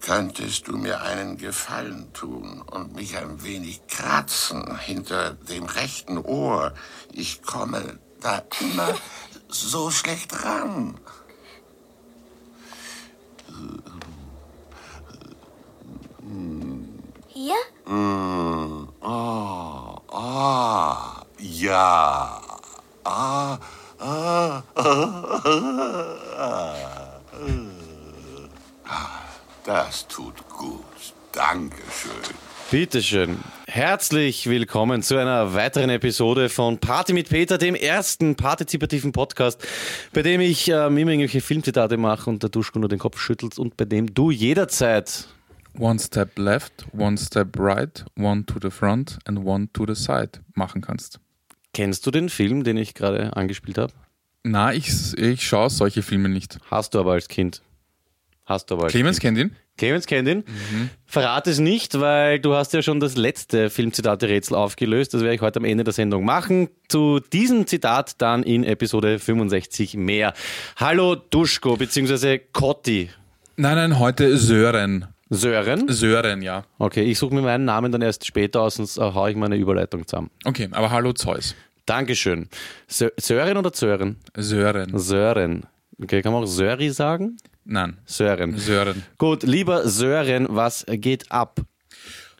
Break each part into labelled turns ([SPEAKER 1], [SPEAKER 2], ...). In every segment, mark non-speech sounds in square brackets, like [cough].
[SPEAKER 1] Könntest du mir einen Gefallen tun und mich ein wenig kratzen hinter dem rechten Ohr? Ich komme da [laughs] immer so schlecht ran.
[SPEAKER 2] Hier?
[SPEAKER 1] Mm, oh, ah, ja. Ah, ah, ah. Das tut gut. Dankeschön.
[SPEAKER 3] Bitteschön. Herzlich willkommen zu einer weiteren Episode von Party mit Peter, dem ersten partizipativen Podcast, bei dem ich ähm, immer irgendwelche Filmzitate mache und der Duschko nur den Kopf schüttelt und bei dem du jederzeit
[SPEAKER 4] One Step Left, One Step Right, One to the Front and One to the Side machen kannst.
[SPEAKER 3] Kennst du den Film, den ich gerade angespielt habe?
[SPEAKER 4] Na, ich, ich schaue solche Filme nicht.
[SPEAKER 3] Hast du aber als Kind. Hast du aber als
[SPEAKER 4] Clemens
[SPEAKER 3] kind.
[SPEAKER 4] kennt ihn.
[SPEAKER 3] Clemens kennt ihn. Verrat es nicht, weil du hast ja schon das letzte Filmzitate-Rätsel aufgelöst. Das werde ich heute am Ende der Sendung machen. Zu diesem Zitat dann in Episode 65 mehr. Hallo Duschko bzw. Kotti
[SPEAKER 4] Nein, nein, heute Sören.
[SPEAKER 3] Sören.
[SPEAKER 4] Sören, ja.
[SPEAKER 3] Okay, ich suche mir meinen Namen dann erst später aus, sonst äh, haue ich meine Überleitung zusammen.
[SPEAKER 4] Okay, aber hallo Zeus.
[SPEAKER 3] Dankeschön. Sö Sören oder Sören?
[SPEAKER 4] Sören.
[SPEAKER 3] Sören. Okay, kann man auch Söri sagen?
[SPEAKER 4] Nein,
[SPEAKER 3] Sören.
[SPEAKER 4] Sören.
[SPEAKER 3] Gut, lieber Sören, was geht ab?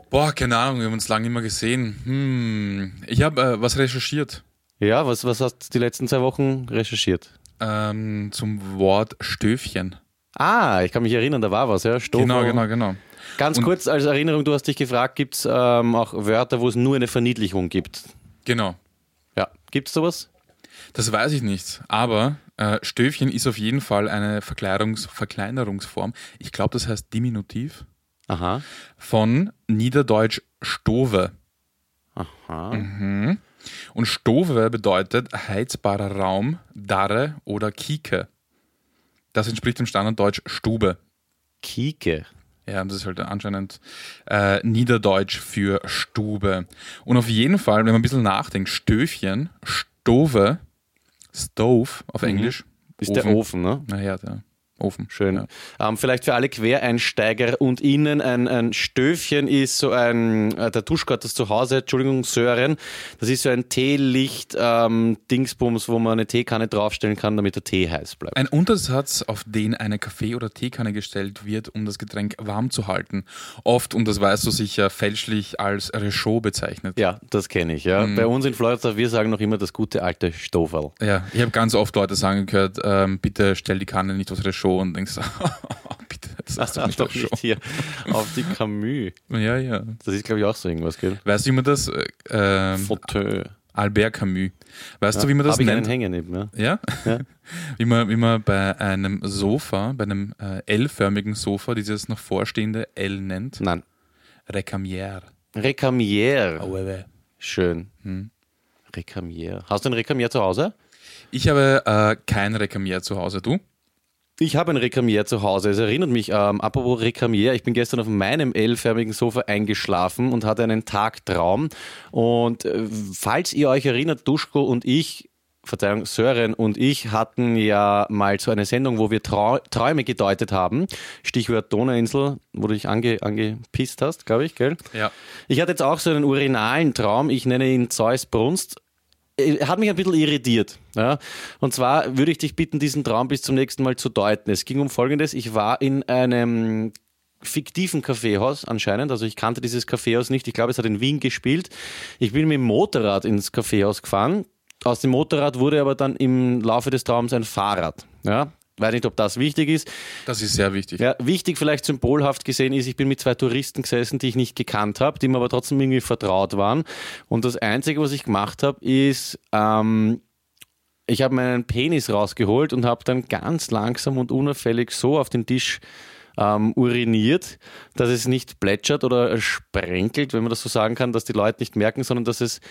[SPEAKER 4] Boah, keine Ahnung, wir haben uns lange nicht mehr gesehen. Hm, ich habe äh, was recherchiert
[SPEAKER 3] Ja, was, was hast du die letzten zwei Wochen recherchiert?
[SPEAKER 4] ähm, zum Wort Stöfchen.
[SPEAKER 3] Ah, ich kann mich erinnern, da war was, ja. Stofo.
[SPEAKER 4] Genau, genau, genau.
[SPEAKER 3] Ganz kurz als Erinnerung, du hast dich gefragt, gibt es ähm, auch Wörter, wo es nur eine Verniedlichung gibt?
[SPEAKER 4] Genau.
[SPEAKER 3] Ja. Gibt es sowas?
[SPEAKER 4] Das weiß ich nicht, aber äh, Stöfchen ist auf jeden Fall eine Verkleinerungs Verkleinerungsform. Ich glaube, das heißt Diminutiv
[SPEAKER 3] Aha.
[SPEAKER 4] von Niederdeutsch Stove. Mhm.
[SPEAKER 3] Aha.
[SPEAKER 4] Und Stove bedeutet heizbarer Raum, Darre oder Kike. Das entspricht dem Standarddeutsch Stube.
[SPEAKER 3] Kike.
[SPEAKER 4] Ja, das ist halt anscheinend äh, Niederdeutsch für Stube. Und auf jeden Fall, wenn man ein bisschen nachdenkt, Stöfchen, Stove, Stove auf Englisch.
[SPEAKER 3] Mhm. Ist der Ofen, ne?
[SPEAKER 4] Naja, der Ofen.
[SPEAKER 3] Schön.
[SPEAKER 4] Ja.
[SPEAKER 3] Ähm, vielleicht für alle Quereinsteiger und Ihnen ein, ein Stöfchen ist so ein, äh, der Duschko hat das zu Hause, Entschuldigung, Sören, das ist so ein Teelicht-Dingsbums, wo man eine Teekanne draufstellen kann, damit der Tee heiß bleibt.
[SPEAKER 4] Ein Untersatz, auf den eine Kaffee- oder Teekanne gestellt wird, um das Getränk warm zu halten. Oft, und das weißt du sicher, fälschlich als Réchaud bezeichnet.
[SPEAKER 3] Ja, das kenne ich.
[SPEAKER 4] Mhm.
[SPEAKER 3] Ja. Bei uns in Florida, wir sagen noch immer das gute alte Stoferl.
[SPEAKER 4] Ja, ich habe ganz oft Leute sagen gehört, ähm, bitte stell die Kanne nicht aufs Réchaud und denkst, [laughs] bitte, das ist doch
[SPEAKER 3] Das [laughs]
[SPEAKER 4] nicht
[SPEAKER 3] doch nicht
[SPEAKER 4] Réchaud.
[SPEAKER 3] hier auf die Camus.
[SPEAKER 4] Ja, ja.
[SPEAKER 3] Das ist, glaube ich, auch so irgendwas, gell?
[SPEAKER 4] Weißt du, wie man das, äh, ähm,
[SPEAKER 3] Fauteuil.
[SPEAKER 4] Albert Camus, weißt du, wie man das
[SPEAKER 3] Habe ich einen
[SPEAKER 4] nennt?
[SPEAKER 3] Hänger neben, ja?
[SPEAKER 4] Ja? [laughs] wie, man, wie man bei einem Sofa, bei einem äh, L-förmigen Sofa, dieses nach vorstehende L nennt?
[SPEAKER 3] Nein.
[SPEAKER 4] Recamier.
[SPEAKER 3] Recamier. Schön. Recamier. Hast du einen Recamier zu Hause?
[SPEAKER 4] Ich habe äh, kein Rekamier zu Hause. Du?
[SPEAKER 3] Ich habe ein Rekamier zu Hause. Es erinnert mich, ähm, apropos Rekamier, ich bin gestern auf meinem L-förmigen Sofa eingeschlafen und hatte einen Tagtraum. Und äh, falls ihr euch erinnert, Duschko und ich, Verzeihung, Sören und ich hatten ja mal so eine Sendung, wo wir Trau Träume gedeutet haben. Stichwort Donauinsel, wo du dich ange angepisst hast, glaube ich, gell?
[SPEAKER 4] Ja.
[SPEAKER 3] Ich hatte jetzt auch so einen urinalen Traum. Ich nenne ihn Zeus Brunst. Er Hat mich ein bisschen irritiert. Ja? Und zwar würde ich dich bitten, diesen Traum bis zum nächsten Mal zu deuten. Es ging um Folgendes. Ich war in einem fiktiven Kaffeehaus anscheinend. Also ich kannte dieses Kaffeehaus nicht. Ich glaube, es hat in Wien gespielt. Ich bin mit dem Motorrad ins Kaffeehaus gefahren. Aus dem Motorrad wurde aber dann im Laufe des Traums ein Fahrrad. Ja? Weiß nicht, ob das wichtig ist.
[SPEAKER 4] Das ist sehr wichtig.
[SPEAKER 3] Ja, wichtig vielleicht symbolhaft gesehen ist, ich bin mit zwei Touristen gesessen, die ich nicht gekannt habe, die mir aber trotzdem irgendwie vertraut waren. Und das Einzige, was ich gemacht habe, ist, ähm, ich habe meinen Penis rausgeholt und habe dann ganz langsam und unauffällig so auf den Tisch ähm, uriniert, dass es nicht plätschert oder sprenkelt, wenn man das so sagen kann, dass die Leute nicht merken, sondern dass es,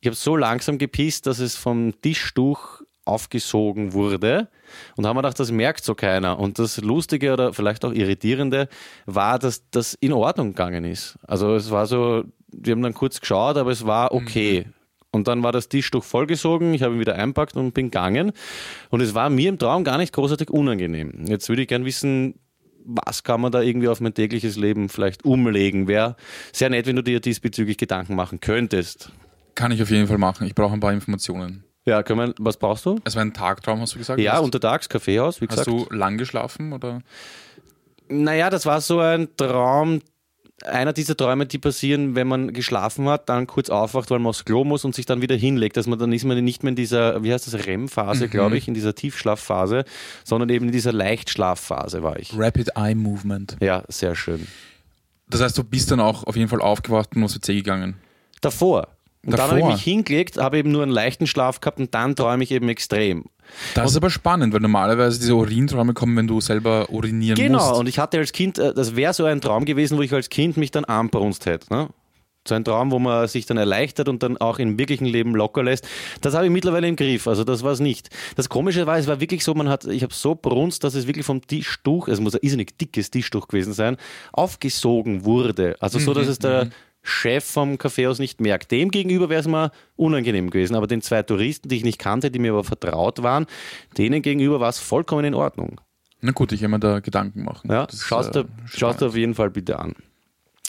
[SPEAKER 3] ich habe so langsam gepisst, dass es vom Tischtuch aufgesogen wurde und haben wir gedacht, das merkt so keiner. Und das Lustige oder vielleicht auch Irritierende war, dass das in Ordnung gegangen ist. Also es war so, wir haben dann kurz geschaut, aber es war okay. Und dann war das Tischtuch vollgesogen, ich habe ihn wieder einpackt und bin gegangen. Und es war mir im Traum gar nicht großartig unangenehm. Jetzt würde ich gern wissen, was kann man da irgendwie auf mein tägliches Leben vielleicht umlegen? Wäre sehr nett, wenn du dir diesbezüglich Gedanken machen könntest.
[SPEAKER 4] Kann ich auf jeden Fall machen. Ich brauche ein paar Informationen.
[SPEAKER 3] Ja, können wir, was brauchst du?
[SPEAKER 4] Es war ein Tagtraum, hast du gesagt?
[SPEAKER 3] Ja,
[SPEAKER 4] hast,
[SPEAKER 3] untertags, Kaffeehaus, wie
[SPEAKER 4] hast
[SPEAKER 3] gesagt.
[SPEAKER 4] du lang geschlafen oder?
[SPEAKER 3] Naja, das war so ein Traum, einer dieser Träume, die passieren, wenn man geschlafen hat, dann kurz aufwacht, weil man aufs Klo muss und sich dann wieder hinlegt. Dass man dann ist man nicht mehr in dieser, wie heißt das, REM-Phase, glaube ich, in dieser Tiefschlafphase, sondern eben in dieser Leichtschlafphase war ich.
[SPEAKER 4] Rapid Eye Movement.
[SPEAKER 3] Ja, sehr schön.
[SPEAKER 4] Das heißt, du bist dann auch auf jeden Fall aufgewacht und aufs WC gegangen.
[SPEAKER 3] Davor. Und dann habe ich
[SPEAKER 4] Davor?
[SPEAKER 3] mich hingelegt, habe eben nur einen leichten Schlaf gehabt und dann träume ich eben extrem.
[SPEAKER 4] Das ist aber spannend, weil normalerweise diese Urinträume kommen, wenn du selber urinieren
[SPEAKER 3] Genau,
[SPEAKER 4] musst.
[SPEAKER 3] und ich hatte als Kind, äh, das wäre so ein Traum gewesen, wo ich als Kind mich dann anbrunst hätte. Ne? So ein Traum, wo man sich dann erleichtert und dann auch im wirklichen Leben locker lässt. Das habe ich mittlerweile im Griff, also das war es nicht. Das Komische war, es war wirklich so, man hat, ich habe so brunst, dass es wirklich vom Tischtuch, es muss ein irrsinnig dickes Tischtuch gewesen sein, aufgesogen wurde. Also so, dass es der Chef vom Kaffeehaus nicht merkt. Dem gegenüber wäre es mal unangenehm gewesen, aber den zwei Touristen, die ich nicht kannte, die mir aber vertraut waren, denen gegenüber war es vollkommen in Ordnung.
[SPEAKER 4] Na gut, ich immer da Gedanken machen.
[SPEAKER 3] Ja,
[SPEAKER 4] Das ist,
[SPEAKER 3] schaust
[SPEAKER 4] äh,
[SPEAKER 3] du schaust du auf jeden Fall bitte an.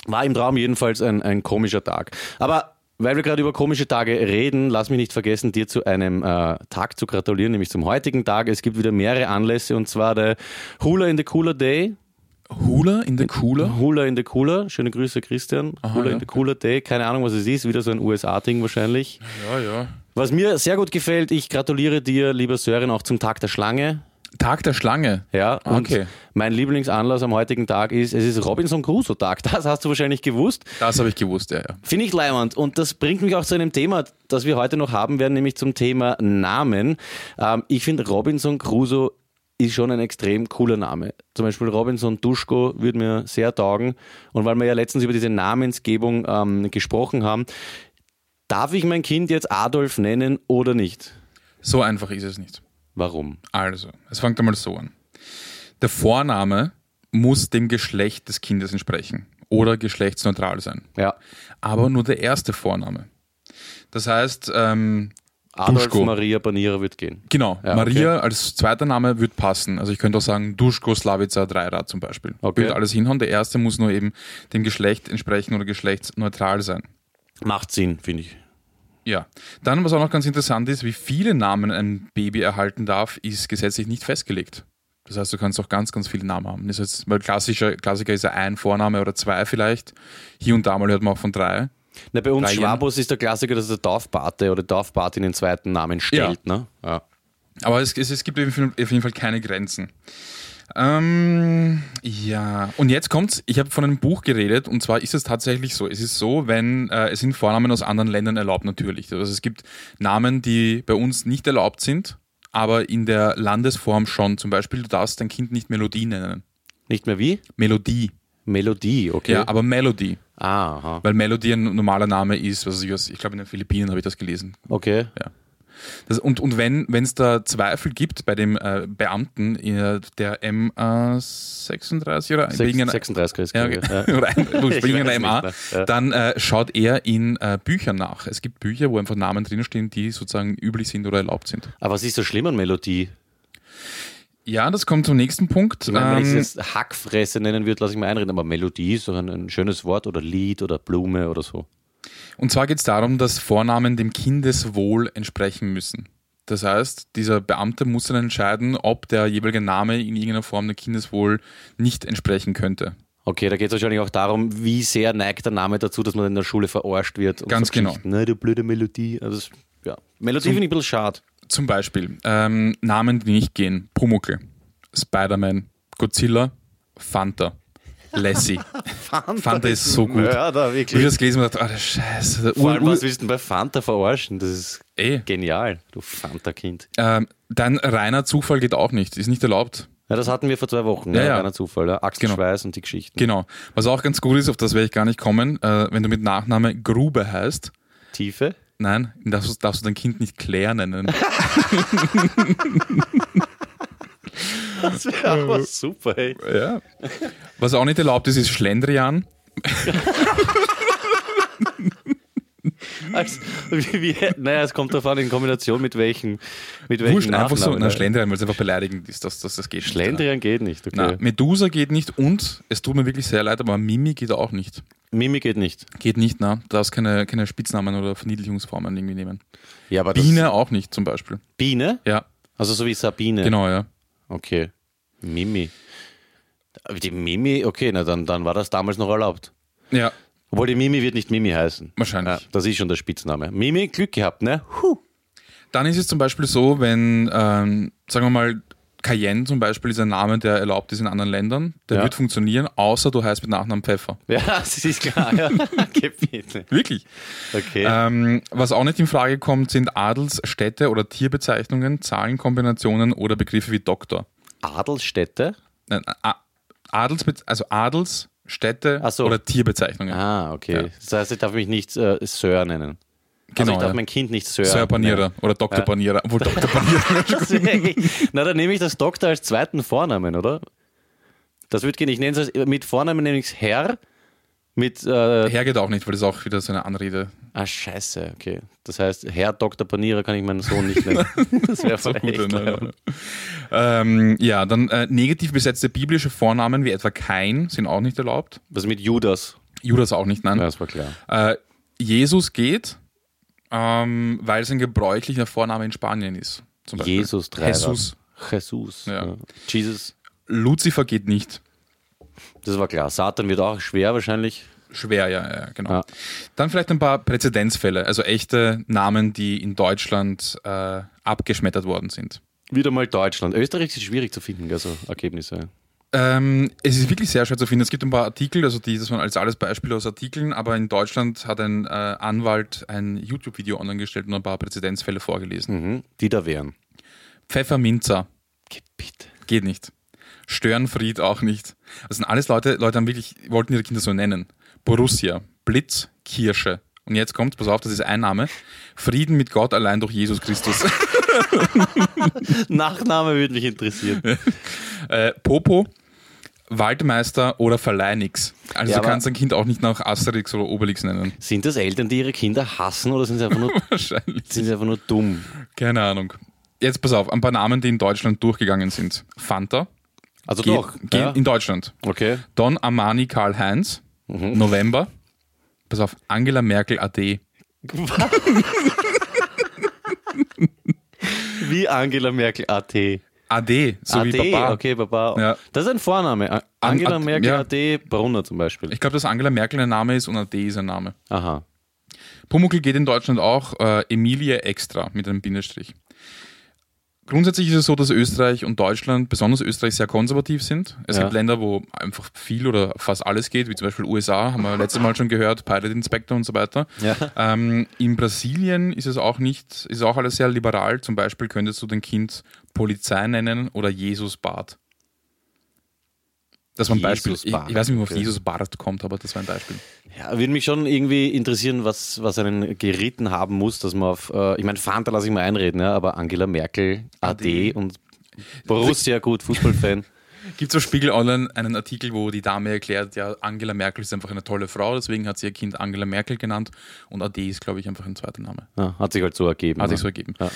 [SPEAKER 3] War im Traum jedenfalls ein, ein komischer Tag. Aber weil wir gerade über komische Tage reden, lass mich nicht vergessen, dir zu einem äh, Tag zu gratulieren, nämlich zum heutigen Tag. Es gibt wieder mehrere Anlässe und zwar der Hula in the Cooler Day.
[SPEAKER 4] Hula in der Cooler?
[SPEAKER 3] Hula in the Cooler. Schöne Grüße, Christian. Hula in
[SPEAKER 4] ja.
[SPEAKER 3] the Cooler Day. Keine Ahnung, was es ist. Wieder so ein USA-Ding wahrscheinlich.
[SPEAKER 4] Ja, ja.
[SPEAKER 3] Was mir sehr gut gefällt, ich gratuliere dir, lieber Sören, auch zum Tag der Schlange.
[SPEAKER 4] Tag der Schlange.
[SPEAKER 3] Ja, und
[SPEAKER 4] Ah, Okay.
[SPEAKER 3] mein Lieblingsanlass am heutigen Tag ist, es ist Robinson Crusoe Tag. [laughs] Das hast du wahrscheinlich gewusst.
[SPEAKER 4] Das habe ich gewusst, ja, ja.
[SPEAKER 3] Finde ich leimend. Und das bringt mich auch zu einem Thema, das wir heute noch haben werden, nämlich zum Thema Namen. Ähm, ich finde Robinson Crusoe ist schon ein extrem cooler Name. Zum Beispiel Robinson Duschko würde mir sehr taugen. Und weil wir ja letztens über diese Namensgebung ähm, gesprochen haben, darf ich mein Kind jetzt Adolf nennen oder nicht?
[SPEAKER 4] So einfach ist es nicht.
[SPEAKER 3] Warum?
[SPEAKER 4] Also, es fängt einmal so an. Der Vorname muss dem Geschlecht des Kindes entsprechen oder geschlechtsneutral sein.
[SPEAKER 3] Ja,
[SPEAKER 4] Aber nur der erste Vorname. Das heißt, ähm,
[SPEAKER 3] Adolf
[SPEAKER 4] Duschko.
[SPEAKER 3] Maria Banierer wird gehen.
[SPEAKER 4] Genau,
[SPEAKER 3] Ja,
[SPEAKER 4] Maria als zweiter Name wird passen. Also ich könnte auch sagen Duschko Slavica Dreirad zum Beispiel.
[SPEAKER 3] Okay.
[SPEAKER 4] Wird alles hinhauen. Der erste muss nur eben dem Geschlecht entsprechen oder geschlechtsneutral sein.
[SPEAKER 3] Macht Sinn, finde ich.
[SPEAKER 4] Ja. Dann, was auch noch ganz interessant ist, wie viele Namen ein Baby erhalten darf, ist gesetzlich nicht festgelegt. Das heißt, du kannst auch ganz, ganz viele Namen haben. Das ist jetzt, weil klassischer, Klassiker ist ja ein Vorname oder zwei vielleicht. Hier und da mal hört man auch von drei.
[SPEAKER 3] Na, bei uns
[SPEAKER 4] Bayern.
[SPEAKER 3] Schwabos ist der Klassiker, dass der Taufpate oder Taufpatin den zweiten Namen stellt. Ne? Ja.
[SPEAKER 4] Aber es, es, es gibt auf jeden Fall- auf jeden Fall keine Grenzen. Ähm, ja, und jetzt kommt's. Ich habe von einem Buch geredet und zwar ist es tatsächlich so. Es ist so, wenn äh, es sind Vornamen aus anderen Ländern erlaubt natürlich. Also es gibt Namen, die bei uns nicht erlaubt sind, aber in der Landesform schon. Zum Beispiel, du darfst dein Kind nicht Melodie nennen.
[SPEAKER 3] Nicht mehr wie?
[SPEAKER 4] Melodie.
[SPEAKER 3] Melodie, okay.
[SPEAKER 4] Ja, aber Melody,
[SPEAKER 3] Aha,
[SPEAKER 4] weil Melody ein normaler Name ist, was weiß ich, was, ich glaube in den Philippinen habe ich das gelesen.
[SPEAKER 3] okay.
[SPEAKER 4] Das, und und wenn es da Zweifel gibt bei dem äh, Beamten äh, der MA36 oder
[SPEAKER 3] Sech,
[SPEAKER 4] wegen einer-
[SPEAKER 3] 36 ist
[SPEAKER 4] ja,
[SPEAKER 3] glaube ich. ja.
[SPEAKER 4] okay. [laughs] Oder ein-
[SPEAKER 3] [laughs] Ich
[SPEAKER 4] wegen
[SPEAKER 3] weiß
[SPEAKER 4] einer
[SPEAKER 3] nicht
[SPEAKER 4] MA,
[SPEAKER 3] mehr, ja.
[SPEAKER 4] dann äh, schaut er in äh, Büchern nach. Es gibt Bücher, wo einfach Namen drinstehen, die sozusagen üblich sind oder erlaubt sind.
[SPEAKER 3] Aber was ist so schlimm an Melodie?
[SPEAKER 4] Ja, das kommt zum nächsten Punkt.
[SPEAKER 3] Ich meine, wenn ich
[SPEAKER 4] Ähm,
[SPEAKER 3] es jetzt Hackfresse nennen würde, lasse ich mir einreden, aber Melodie ist doch ein, ein schönes Wort oder Lied oder Blume oder so.
[SPEAKER 4] Und zwar geht es darum, dass Vornamen dem Kindeswohl entsprechen müssen. Das heißt, dieser Beamte muss dann entscheiden, ob der jeweilige Name in irgendeiner Form dem Kindeswohl nicht entsprechen könnte.
[SPEAKER 3] Okay, da geht es wahrscheinlich auch darum, wie sehr neigt der Name dazu, dass man in der Schule verarscht wird. Und
[SPEAKER 4] Ganz genau.
[SPEAKER 3] so Geschichten. Ne, du blöde Melodie. Also, das- ja. Melodie finde ich ein bisschen schade.
[SPEAKER 4] Zum Beispiel ähm, Namen, die nicht gehen: Pumuckl, Spider-Man, Godzilla, Fanta,
[SPEAKER 3] [laughs]
[SPEAKER 4] Lassie. Fanta ist so gut.
[SPEAKER 3] Mörder,
[SPEAKER 4] Ich habe
[SPEAKER 3] wirklich.
[SPEAKER 4] das gelesen und gedacht, oh, Scheiße.
[SPEAKER 3] Vor allem,
[SPEAKER 4] Ur-
[SPEAKER 3] was willst du denn bei Fanta verarschen? Das ist
[SPEAKER 4] Ey.
[SPEAKER 3] genial, du Fanta-Kind.
[SPEAKER 4] ähm, dann reiner Zufall geht auch nicht, ist nicht erlaubt.
[SPEAKER 3] Ja, das hatten wir vor zwei Wochen,
[SPEAKER 4] Ja,
[SPEAKER 3] ja,
[SPEAKER 4] ja.
[SPEAKER 3] reiner Zufall. Ja. Axel
[SPEAKER 4] Genau.
[SPEAKER 3] Schweiß und die Geschichten.
[SPEAKER 4] Genau. Was auch ganz gut ist, auf das werde ich gar nicht kommen, äh, wenn du mit Nachname Grube heißt.
[SPEAKER 3] Tiefe.
[SPEAKER 4] Nein, darfst, du- darfst du dein Kind nicht Claire
[SPEAKER 3] [laughs]
[SPEAKER 4] nennen.
[SPEAKER 3] Das wäre
[SPEAKER 4] Äh.
[SPEAKER 3] aber super, ey.
[SPEAKER 4] ja. Was auch nicht erlaubt ist, ist Schlendrian.
[SPEAKER 3] als, wie, wie, naja, es kommt davon in Kombination mit welchen. Mit welchen
[SPEAKER 4] Wurscht, einfach so.
[SPEAKER 3] Nachnamen,
[SPEAKER 4] Na,
[SPEAKER 3] ne?
[SPEAKER 4] Schlendrian, weil es einfach beleidigend ist. Das, das, das geht nicht.
[SPEAKER 3] Schlendrian geht nicht, okay.
[SPEAKER 4] Na, Medusa geht nicht und es tut mir wirklich sehr leid, aber Mimi geht auch nicht.
[SPEAKER 3] Mimi geht nicht.
[SPEAKER 4] Geht nicht, na. Du darfst keine, keine Spitznamen oder Verniedlichungsformen irgendwie nehmen.
[SPEAKER 3] Ja, aber
[SPEAKER 4] Biene auch nicht zum Beispiel.
[SPEAKER 3] Biene?
[SPEAKER 4] Ja,
[SPEAKER 3] Also so wie Sabine.
[SPEAKER 4] genau, ja.
[SPEAKER 3] Okay. Mimi. Aber Die Mimi, okay, na dann, dann war das damals noch erlaubt.
[SPEAKER 4] Ja,
[SPEAKER 3] Obwohl die Mimi wird nicht Mimi heißen.
[SPEAKER 4] wahrscheinlich.
[SPEAKER 3] Ja, das ist schon der Spitzname. Mimi, Glück gehabt, ne? Huh.
[SPEAKER 4] Dann ist es zum Beispiel so, wenn, ähm, sagen wir mal, Cayenne zum Beispiel ist ein Name, der erlaubt ist in anderen Ländern. Der
[SPEAKER 3] Ja.
[SPEAKER 4] wird funktionieren, außer du heißt mit Nachnamen Pfeffer. [laughs]
[SPEAKER 3] Ja, das ist klar. Ja. Geh bitte.
[SPEAKER 4] Wirklich.
[SPEAKER 3] Okay.
[SPEAKER 4] Ähm, was auch nicht in Frage kommt, sind Adels-, Städte- oder Tierbezeichnungen, Zahlenkombinationen oder Begriffe wie Doktor.
[SPEAKER 3] Adelsstätte?
[SPEAKER 4] Nein, A- Adels, also Adels, Städte
[SPEAKER 3] Ach so.
[SPEAKER 4] oder Tierbezeichnungen.
[SPEAKER 3] Ah, okay.
[SPEAKER 4] Ja.
[SPEAKER 3] Das heißt, ich darf mich nicht äh, Sir nennen. also
[SPEAKER 4] Genau,
[SPEAKER 3] ich darf
[SPEAKER 4] ja.
[SPEAKER 3] mein Kind nicht Sir. [laughs]
[SPEAKER 4] Sir Panierer
[SPEAKER 3] nennen.
[SPEAKER 4] oder Dr. Panierer.
[SPEAKER 3] [laughs]
[SPEAKER 4] Obwohl Dr. Panierer.
[SPEAKER 3] Das wär echt- Na, dann nehme ich das Doktor als zweiten Vornamen, oder? Das wird gehen. Ich nenne es als, mit Vornamen nehme ich es Herr. Mit, äh,
[SPEAKER 4] Her geht auch nicht, weil das ist auch wieder so eine Anrede.
[SPEAKER 3] ah, scheiße, okay. Das heißt, Herr Dr. Panierer kann ich meinen Sohn nicht
[SPEAKER 4] [laughs]
[SPEAKER 3] nennen. Das wäre
[SPEAKER 4] So
[SPEAKER 3] voll
[SPEAKER 4] gut,
[SPEAKER 3] [laughs] echt.
[SPEAKER 4] ne?
[SPEAKER 3] leibend.
[SPEAKER 4] ähm, ja, dann äh, negativ besetzte biblische Vornamen wie etwa Kain sind auch nicht erlaubt.
[SPEAKER 3] Was mit Judas?
[SPEAKER 4] Judas auch nicht, nein.
[SPEAKER 3] Ja, das war klar.
[SPEAKER 4] Äh, Jesus geht, ähm, weil es ein gebräuchlicher Vorname in Spanien ist. Zum Beispiel.
[SPEAKER 3] Jesus drei
[SPEAKER 4] Jesus.
[SPEAKER 3] Raben. Jesus.
[SPEAKER 4] Ja.
[SPEAKER 3] Ja. Jesus.
[SPEAKER 4] Lucifer geht nicht.
[SPEAKER 3] Das war klar. Satan wird auch schwer wahrscheinlich.
[SPEAKER 4] Schwer, ja, ja genau.
[SPEAKER 3] Ja.
[SPEAKER 4] Dann vielleicht ein paar Präzedenzfälle, also echte Namen, die in Deutschland äh, abgeschmettert worden sind.
[SPEAKER 3] Wieder mal Deutschland. Österreich ist schwierig zu finden, also Ergebnisse.
[SPEAKER 4] Ähm, es ist wirklich sehr schwer zu finden. Es gibt ein paar Artikel, also die, das waren als alles Beispiele aus Artikeln, aber in Deutschland hat ein äh, Anwalt ein YouTube-Video online gestellt und ein paar Präzedenzfälle vorgelesen.
[SPEAKER 3] Mhm. Die da wären.
[SPEAKER 4] Pfefferminzer
[SPEAKER 3] Bitte.
[SPEAKER 4] geht nicht. Störenfried auch nicht. Das sind alles Leute, Leute haben wirklich, wollten ihre Kinder so nennen. Borussia, Blitz, Kirsche. Und jetzt kommt, pass auf, das ist ein Name. Frieden mit Gott allein durch Jesus
[SPEAKER 3] [laughs]
[SPEAKER 4] Christus.
[SPEAKER 3] [laughs] Nachname würde mich interessieren.
[SPEAKER 4] äh, Popo, Waldmeister oder Verleinix. Also
[SPEAKER 3] Ja,
[SPEAKER 4] du
[SPEAKER 3] aber-
[SPEAKER 4] kannst ein Kind auch nicht nach Asterix oder Obelix nennen. [laughs]
[SPEAKER 3] Sind das Eltern, die ihre Kinder hassen oder sind sie einfach nur, [laughs]
[SPEAKER 4] Wahrscheinlich.
[SPEAKER 3] sind sie einfach nur dumm?
[SPEAKER 4] Keine Ahnung. Jetzt pass auf, ein paar Namen, die in Deutschland durchgegangen sind. Fanta.
[SPEAKER 3] Also
[SPEAKER 4] Geht,
[SPEAKER 3] doch.
[SPEAKER 4] geht
[SPEAKER 3] Ja.
[SPEAKER 4] in Deutschland.
[SPEAKER 3] Okay.
[SPEAKER 4] Don Armani Karl Heinz.
[SPEAKER 3] Mhm.
[SPEAKER 4] November. Pass auf, Angela Merkel AD.
[SPEAKER 3] Wie Angela Merkel AT.
[SPEAKER 4] AD, so
[SPEAKER 3] AT,
[SPEAKER 4] wie Papa.
[SPEAKER 3] okay, Papa.
[SPEAKER 4] Ja.
[SPEAKER 3] Das ist ein Vorname. A-
[SPEAKER 4] An-
[SPEAKER 3] Angela
[SPEAKER 4] At-
[SPEAKER 3] Merkel
[SPEAKER 4] ja.
[SPEAKER 3] AT Brunner zum Beispiel.
[SPEAKER 4] Ich glaube, dass Angela Merkel ein Name ist und AD ist ein Name.
[SPEAKER 3] Aha.
[SPEAKER 4] Pumuckl geht in Deutschland auch äh, Emilie Extra mit einem Bindestrich. Grundsätzlich ist es so, dass Österreich und Deutschland, besonders Österreich, sehr konservativ sind. Es
[SPEAKER 3] Ja.
[SPEAKER 4] gibt Länder, wo einfach viel oder fast alles geht, wie zum Beispiel USA, haben wir letztes Mal schon gehört, Pilot Inspector und so weiter.
[SPEAKER 3] Ja.
[SPEAKER 4] Ähm, in Brasilien ist es auch nicht, ist auch alles sehr liberal. Zum Beispiel könntest du dein Kind Polizei nennen oder Jesus Bart. Das war ein Beispiel. Ich, ich
[SPEAKER 3] Jesus-Bart,
[SPEAKER 4] weiß nicht, wie man auf
[SPEAKER 3] okay.
[SPEAKER 4] Jesus Bart kommt, aber das war ein Beispiel.
[SPEAKER 3] Ja, würde mich schon irgendwie interessieren, was, was einen geritten haben muss, dass man auf, äh, ich meine, Fanta lasse ich mal einreden, ja, aber Angela Merkel, AD und Borussia, gut,
[SPEAKER 4] [laughs]
[SPEAKER 3] Fußballfan.
[SPEAKER 4] Gibt es auf Spiegel Online einen Artikel, wo die Dame erklärt, ja, Angela Merkel ist einfach eine tolle Frau, deswegen hat sie ihr Kind Angela Merkel genannt und AD ist, glaube ich, einfach ein zweiter Name.
[SPEAKER 3] Ja, hat sich halt so ergeben.
[SPEAKER 4] Hat
[SPEAKER 3] ne?
[SPEAKER 4] sich so ergeben.
[SPEAKER 3] Ja.